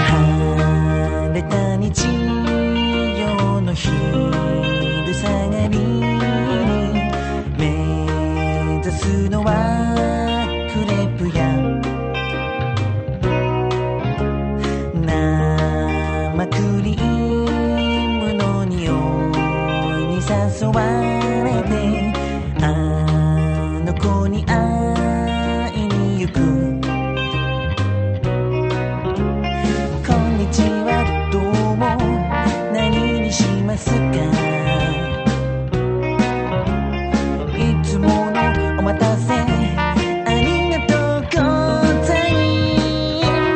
Speaker 5: 晴れた日曜の昼下がり目指すのはクレープ屋生クリームの匂いに誘われてあの子に会いに行くこんにちはどうも何にしますかいつものお待たせありがとうござい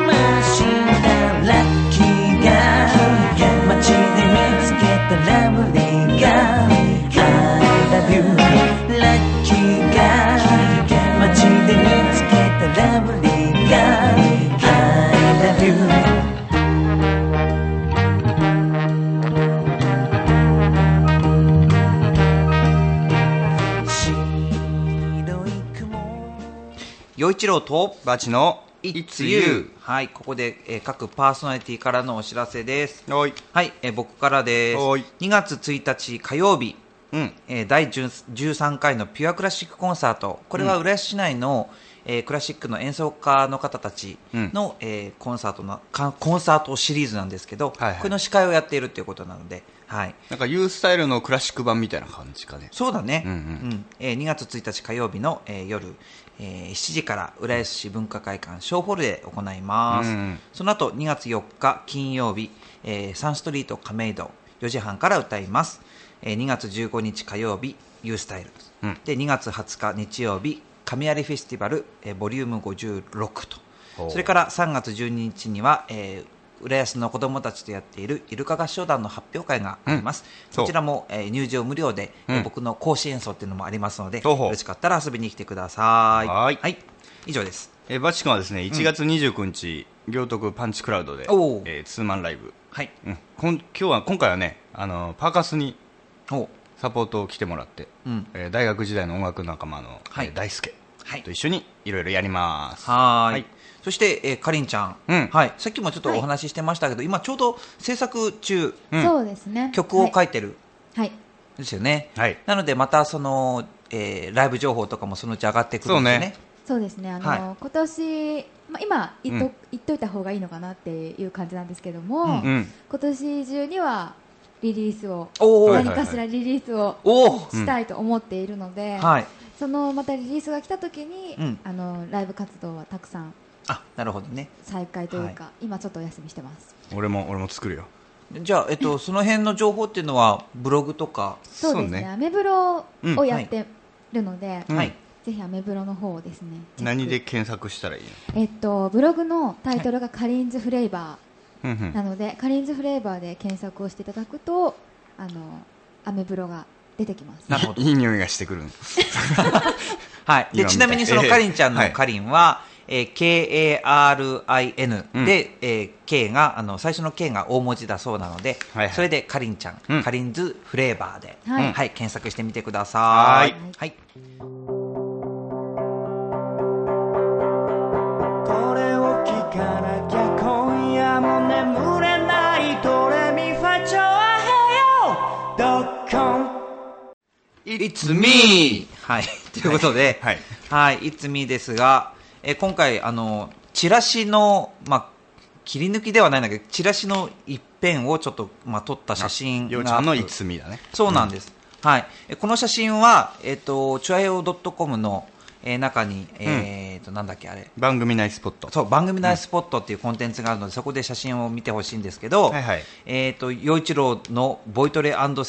Speaker 5: ましたラッキーが街で見つけたラブリーが I love you ラッキーが街で見つけたラブリーが I love you 白い雲
Speaker 1: 陽一郎と
Speaker 2: バチの、
Speaker 1: 「It's You」はいここで、えー各パーソナリティからのお知らせです
Speaker 2: おい。
Speaker 1: はい、えー僕からです
Speaker 2: はーい
Speaker 1: 2月1日火曜日
Speaker 2: うん。
Speaker 1: えー第10 13回のピュアクラシックコンサートこれは浦安市内の、えークラシックの演奏家の方たちの、えーコンサートのかコンサートシリーズなんですけど、
Speaker 2: はいはい
Speaker 1: これの司会をやっているということなので、はい、
Speaker 2: なんか、ユースタイルのクラシック版みたいな感じかね。
Speaker 1: そうだね、
Speaker 2: うん
Speaker 1: うんえー2月1日火曜日の、えー夜、えー7時から浦安市文化会館小ホールで行います、
Speaker 2: うんうん
Speaker 1: その後2月4日金曜日、えーサンストリート亀戸4時半から歌います、えー2月15日火曜日 U スタイル、
Speaker 2: うん
Speaker 1: で2月20日日曜日神有フェスティバル、えーボリューム56と
Speaker 2: ほう
Speaker 1: それから3月12日には、えー浦安の子供たちとやっているイルカ合唱団の発表会があります、
Speaker 2: うんそう
Speaker 1: こちらも、えー入場無料で、えー
Speaker 2: うん
Speaker 1: 僕の講師演奏っていうのもありますので
Speaker 2: ほう
Speaker 1: よ
Speaker 2: ほう
Speaker 1: ろしかったら遊びに来てください
Speaker 2: はーい
Speaker 1: 以上です
Speaker 2: えーバチ君はですね、1月29日、行徳パンチクラウドで、え
Speaker 1: おう
Speaker 2: ーツーマンライブ。
Speaker 1: はい
Speaker 2: うん、こん今日は今回はね、あのーパーカスに
Speaker 1: お
Speaker 2: サポートを来てもらって、
Speaker 1: うん
Speaker 2: えー大学時代の音楽仲間の、
Speaker 1: はい
Speaker 2: えー大輔
Speaker 1: はい
Speaker 2: と一緒にいろいろやります。
Speaker 1: はーい
Speaker 2: はい
Speaker 1: そして、えー、かりんちゃん、
Speaker 2: うん
Speaker 1: はい、さっきもちょっとお話ししてましたけど、今ちょうど制作中
Speaker 2: うん
Speaker 4: そうですね
Speaker 1: 曲を書
Speaker 4: はい
Speaker 1: いてる
Speaker 4: はい
Speaker 1: んですよね、
Speaker 2: はい
Speaker 1: なのでまたその、えーライブ情報とかもそのうち上がってくるんですよね
Speaker 4: そうですねあの、
Speaker 1: は
Speaker 4: 今年、まあ、今言っと、
Speaker 2: うん
Speaker 4: 言っといた方がいいのかなっていう感じなんですけども、
Speaker 1: うん
Speaker 2: うん。
Speaker 4: 今年中にはリリースを
Speaker 1: おお、
Speaker 2: はい
Speaker 4: 何かしらリリースを
Speaker 1: おお、
Speaker 4: したいと思っているので、
Speaker 1: はい
Speaker 4: そのまたリリースが来た時に、
Speaker 1: うん
Speaker 4: あのライブ活動はたくさん
Speaker 1: あなるほどね
Speaker 4: 再開というか、今ちょっとお休みしてます
Speaker 2: 俺も、俺も作るよ。
Speaker 1: じゃあ、えっと、その辺の情報っていうのはブログとか、
Speaker 4: そうですねアメブロをやってるので、
Speaker 2: うん
Speaker 1: はい
Speaker 4: ぜひアメブロの方をですねチェック
Speaker 2: 何で検索したらいい
Speaker 4: えっとブログのタイトルがカリンズフレーバー、
Speaker 2: のうんうん
Speaker 4: なのでカリンズフレーバーで検索をしていただくとあのアメブロが出てきます
Speaker 1: なるほど
Speaker 2: <laughs> いい匂いがしてくる。
Speaker 1: はい、で
Speaker 2: 今見た
Speaker 1: ちなみにその
Speaker 2: ええ
Speaker 1: かりんちゃん
Speaker 2: は
Speaker 1: の
Speaker 2: い
Speaker 1: かりんは、えー K-A-R-I-N
Speaker 2: うん
Speaker 1: で、えー K があの最初の K が大文字だそうなので、
Speaker 2: はいはい
Speaker 1: それでかりんちゃん、
Speaker 2: うん
Speaker 1: かりんずフレーバーで、
Speaker 4: はい
Speaker 1: はい検索してみてください。
Speaker 2: は
Speaker 4: ーい
Speaker 1: はい
Speaker 3: これを聞かなきゃ今夜も眠れないドレミファチョアヘヨドッコン
Speaker 2: It's me!
Speaker 1: はい、 <laughs> ということで、
Speaker 2: はい
Speaker 1: はい、いつみですが、えー今回あのチラシのまあ切り抜きではないんだけど、チラシの一辺をちょっとまあ撮った写真
Speaker 2: よう
Speaker 1: が
Speaker 2: ちゃんのいつみだね。
Speaker 1: そうなんです。はい。えこの写真は、えっ、と、チュアヘオ .com の、えー中に、えっ、と、なんだっけ、あれ。
Speaker 2: 番組内スポット。
Speaker 1: そう、番組内スポットっていうコンテンツがあるので、そこで写真を見てほしいんですけど、
Speaker 2: はいはい
Speaker 1: えっ、と、洋一郎のボイトレ青春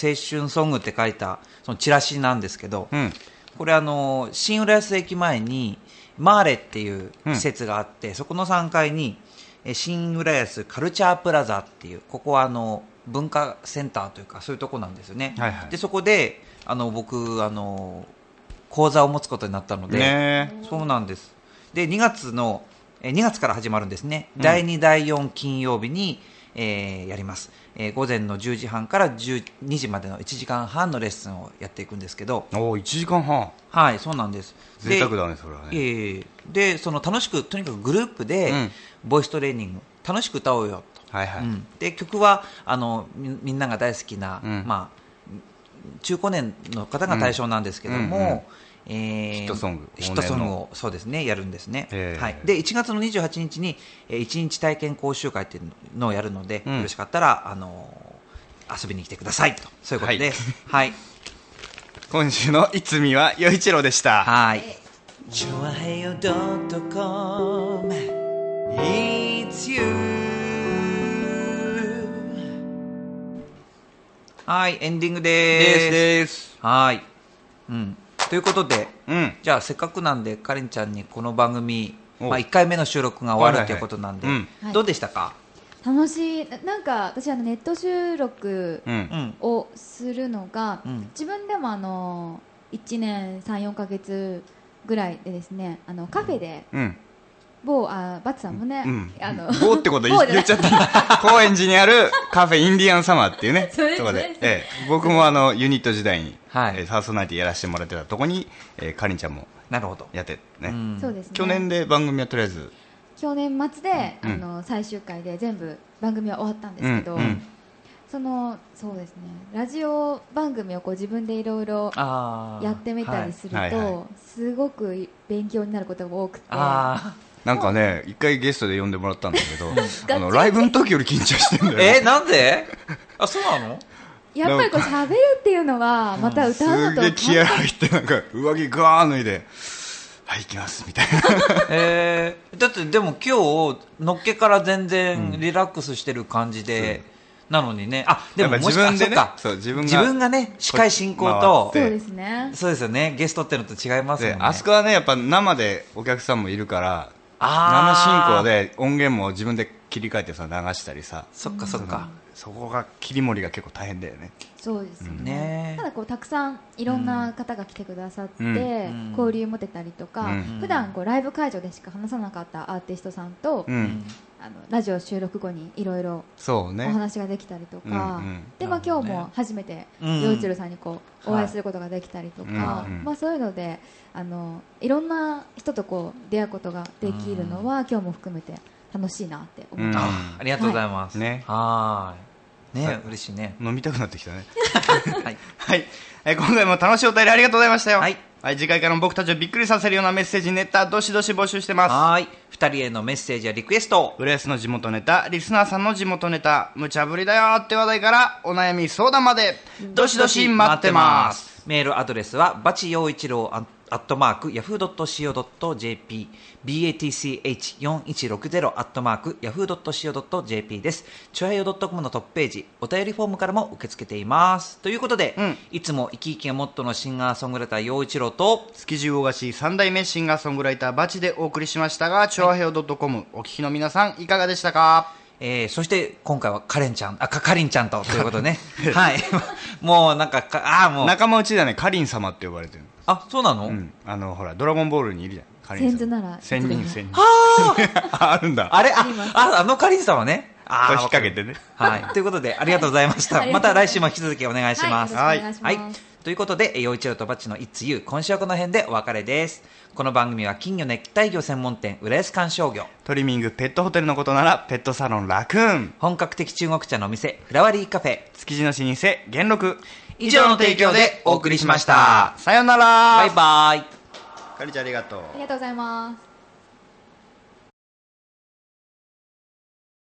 Speaker 1: ソングって書いた、そのチラシなんですけど、
Speaker 2: うん。
Speaker 1: これあの、新浦安駅前に、マーレっていう施設があって、そこの3階に、えー新浦安カルチャープラザっていう、ここはあの、文化センターというか、そういうとこなんですよね。
Speaker 2: はいはい
Speaker 1: で、そこで、あの、僕、あの、講座を持つことになったので、
Speaker 2: ね
Speaker 1: そうなんです。で、2月の、えー2月から始まるんですね。第2、第4金曜日に、えーやります、えー午前の10時半から12時までの1時間半のレッスンをやっていくんですけど、
Speaker 2: え。おお、1時間半。
Speaker 1: はい、そうなんです。で
Speaker 2: 贅沢だね、それはい
Speaker 1: え
Speaker 2: ね。
Speaker 1: いえで、その楽しく、とにかくグループで、
Speaker 2: うん
Speaker 1: ボイストレーニング、楽しく歌おうよと。
Speaker 2: はいはい
Speaker 1: うんで、曲は、あの、みみんなが大好きな、
Speaker 2: うん
Speaker 1: まあ、中高年の方が対象なんですけども、
Speaker 2: うんうんうん
Speaker 1: えー
Speaker 2: ヒットソング
Speaker 1: ヒットソングをそうですねやるんですね、
Speaker 2: えー
Speaker 1: はい、で1月の28日に、えー、1日体験講習会っていうのをやるので、
Speaker 2: うん
Speaker 1: よろしかったら、あのー遊びに来てくださいとそういうことです、はい
Speaker 2: 今週のいつみは、よいちろうでした。
Speaker 1: はい。チョアヘヨドットコム It's you はい、エンディングでーす。
Speaker 2: です。
Speaker 1: はい。うん。ということで、
Speaker 2: うん。
Speaker 1: じゃあせっかくなんで、かりんちゃんにこの番組、
Speaker 2: お
Speaker 1: まあ、1回目の収録が終わ
Speaker 2: は
Speaker 1: る
Speaker 2: いはいはい
Speaker 1: ということなんで、
Speaker 2: うん
Speaker 4: はい
Speaker 1: どうでしたか、
Speaker 4: 楽しいななんか私あのネット収録
Speaker 2: うん。
Speaker 1: うん。
Speaker 4: をするのが、
Speaker 1: うん
Speaker 4: 自分でもあの1年34か月ぐらいでですねあのカフェで
Speaker 2: うん。
Speaker 4: 某あバツさんもね、
Speaker 2: うん
Speaker 4: あの
Speaker 2: 棒ってこと言
Speaker 4: 某じゃ
Speaker 2: 言
Speaker 4: ない
Speaker 2: っちゃった。高円寺にあるカフェインディアンサマーっていうね、
Speaker 4: <laughs> そうです
Speaker 2: とこで
Speaker 4: ね、
Speaker 2: ええ、僕もあの、ユニット時代に、
Speaker 1: はい
Speaker 2: えーパーソナリティやらせてもらってたとこに、えー、かりんちゃんも
Speaker 1: なるほど。
Speaker 2: やってね、
Speaker 1: うん
Speaker 4: そうですね
Speaker 2: 去年で番組はとりあえず、
Speaker 4: 去年末で、
Speaker 2: うん
Speaker 4: あの最終回で全部番組は終わったんですけど、
Speaker 2: うんうん
Speaker 4: そのそうですねラジオ番組をこう自分でいろいろ
Speaker 1: あー
Speaker 4: やってみたりすると、
Speaker 2: はいはいは
Speaker 4: すごく勉強になることが多くて
Speaker 1: あ
Speaker 2: なんかね、一回ゲストで呼んでもらったんだけど、あの、
Speaker 4: ガチ
Speaker 2: ライブの時より緊張してん
Speaker 1: ー
Speaker 2: だよ
Speaker 1: <laughs>
Speaker 2: ね。
Speaker 1: え、なんであ、そうなの
Speaker 4: やっぱりこう喋るっていうのはまた歌うの
Speaker 2: す
Speaker 4: と
Speaker 2: げえ
Speaker 4: は
Speaker 2: 気合入って、なんか、上着ガーン脱いで、はい、行きます、みたい
Speaker 1: えー、だってでも今日のっけから全然リラックスしてる感じで、なのにねあでも
Speaker 2: やっぱ
Speaker 1: もしか
Speaker 2: 自分でね
Speaker 1: そっか
Speaker 2: そう自分が
Speaker 1: ね司会進行と
Speaker 2: こ
Speaker 4: そうですね
Speaker 1: そうですよねゲストってのと違いま
Speaker 2: な。
Speaker 1: すもんね、
Speaker 2: であそこはね、やっぱ生でお客さんもいるから、生進
Speaker 1: あー
Speaker 2: 行で音源も自分で切り替えてさ、流したりさ、
Speaker 1: そっかそっか、
Speaker 2: そこが切り盛りが結構大変だよね。
Speaker 4: そうですよ
Speaker 1: ね
Speaker 4: ねただこうたくさんいろんな方が来てくださって、
Speaker 2: うん
Speaker 1: ん
Speaker 4: 交流持てたりとか、
Speaker 2: うん
Speaker 4: 普段こうライブ会場でしか話さなかったアーティストさんと、
Speaker 2: うん。
Speaker 4: あのラジオ収録後にいろいろ
Speaker 2: そう
Speaker 4: お
Speaker 2: ね。
Speaker 4: 話ができたりと
Speaker 2: う
Speaker 4: か、
Speaker 2: んうん
Speaker 4: でまあ、今日も初めて
Speaker 1: うん
Speaker 4: 洋一郎さんにこうお会いすることができたりとか、
Speaker 2: うんうん
Speaker 4: まあ、そういうのであのいろんな人とこう出会うことができるのは、今日も含めて楽しいなって思います、
Speaker 1: あありがとうございます。
Speaker 2: はいね
Speaker 1: はーい。
Speaker 2: は
Speaker 1: ね
Speaker 2: い、
Speaker 1: 嬉しい
Speaker 2: <laughs>
Speaker 1: ね。
Speaker 2: 飲みたくなってきたね。
Speaker 1: はい。
Speaker 2: はい。えー今回も楽しいお便りありがとうございましたよ。
Speaker 1: はい。
Speaker 2: 次回からも僕たちをびっくりさせるようなメッセージ、ネタ、どしどし募集してます。
Speaker 1: はーい。二人へのメッセージやリクエスト、
Speaker 2: 浦安の地元ネタ、リスナーさんの地元ネタ、無茶ぶりだよって話題から、お悩み相談まで、どしどし待ってます。。
Speaker 1: メールアドレスは、バチ陽一郎アアットマーク、ヤフー .co.jp、batch4160 アットマーク、ヤフー .co.jp です。チュアヨ .com のトップページ、お便りフォームからも受け付けています。ということで、
Speaker 2: うん
Speaker 1: いつも生き生きがモットーのシンガーソングライター陽一郎と、
Speaker 2: 築地大菓子3代目シンガーソングライターバチでお送りしましたが、チョアヘオ .com お聞きの皆さんいかがでしたか
Speaker 1: えーそして今回はカレンちゃん、あ、かかりんちゃんと、ということね。
Speaker 2: <laughs>
Speaker 1: はい。もうなんかか、あーもう。
Speaker 2: 仲間内ではね、カリン様って呼ばれてる
Speaker 1: あ、そうなの、
Speaker 2: の。うん。あの、ほら、ドラゴンボールにいるじゃん。カリン様。
Speaker 4: 先祖なら
Speaker 2: 仙人、仙 <laughs> 人。ああるんだ。
Speaker 1: あれあ、あ、あのカリンさんはね。あ
Speaker 2: こ
Speaker 1: ー
Speaker 2: れ引っ掛けてね。
Speaker 1: <laughs> はい。ということで、ありがとうございまし
Speaker 4: あ
Speaker 1: た。
Speaker 4: り
Speaker 1: ま
Speaker 4: がとう
Speaker 1: た
Speaker 4: ござ
Speaker 1: 来
Speaker 4: います
Speaker 1: 週も引き続きお願いします。
Speaker 4: はいよろしくお願いします
Speaker 1: ということで、えー陽一郎とバッチの It's You、今週はこの辺でお別れです。この番組は金魚熱帯魚専門店、浦安観賞魚。
Speaker 2: トリミングペットホテルのことなら、ペットサロンラクーン。
Speaker 1: 本格的中国茶のお店、フラワリーカフェ。
Speaker 2: 築地の老舗、元禄。
Speaker 1: 以上の提供でお送りしました
Speaker 2: さよなら。
Speaker 1: バイバイ。
Speaker 2: イ。かりちゃんありがとう
Speaker 4: あり。がとうございます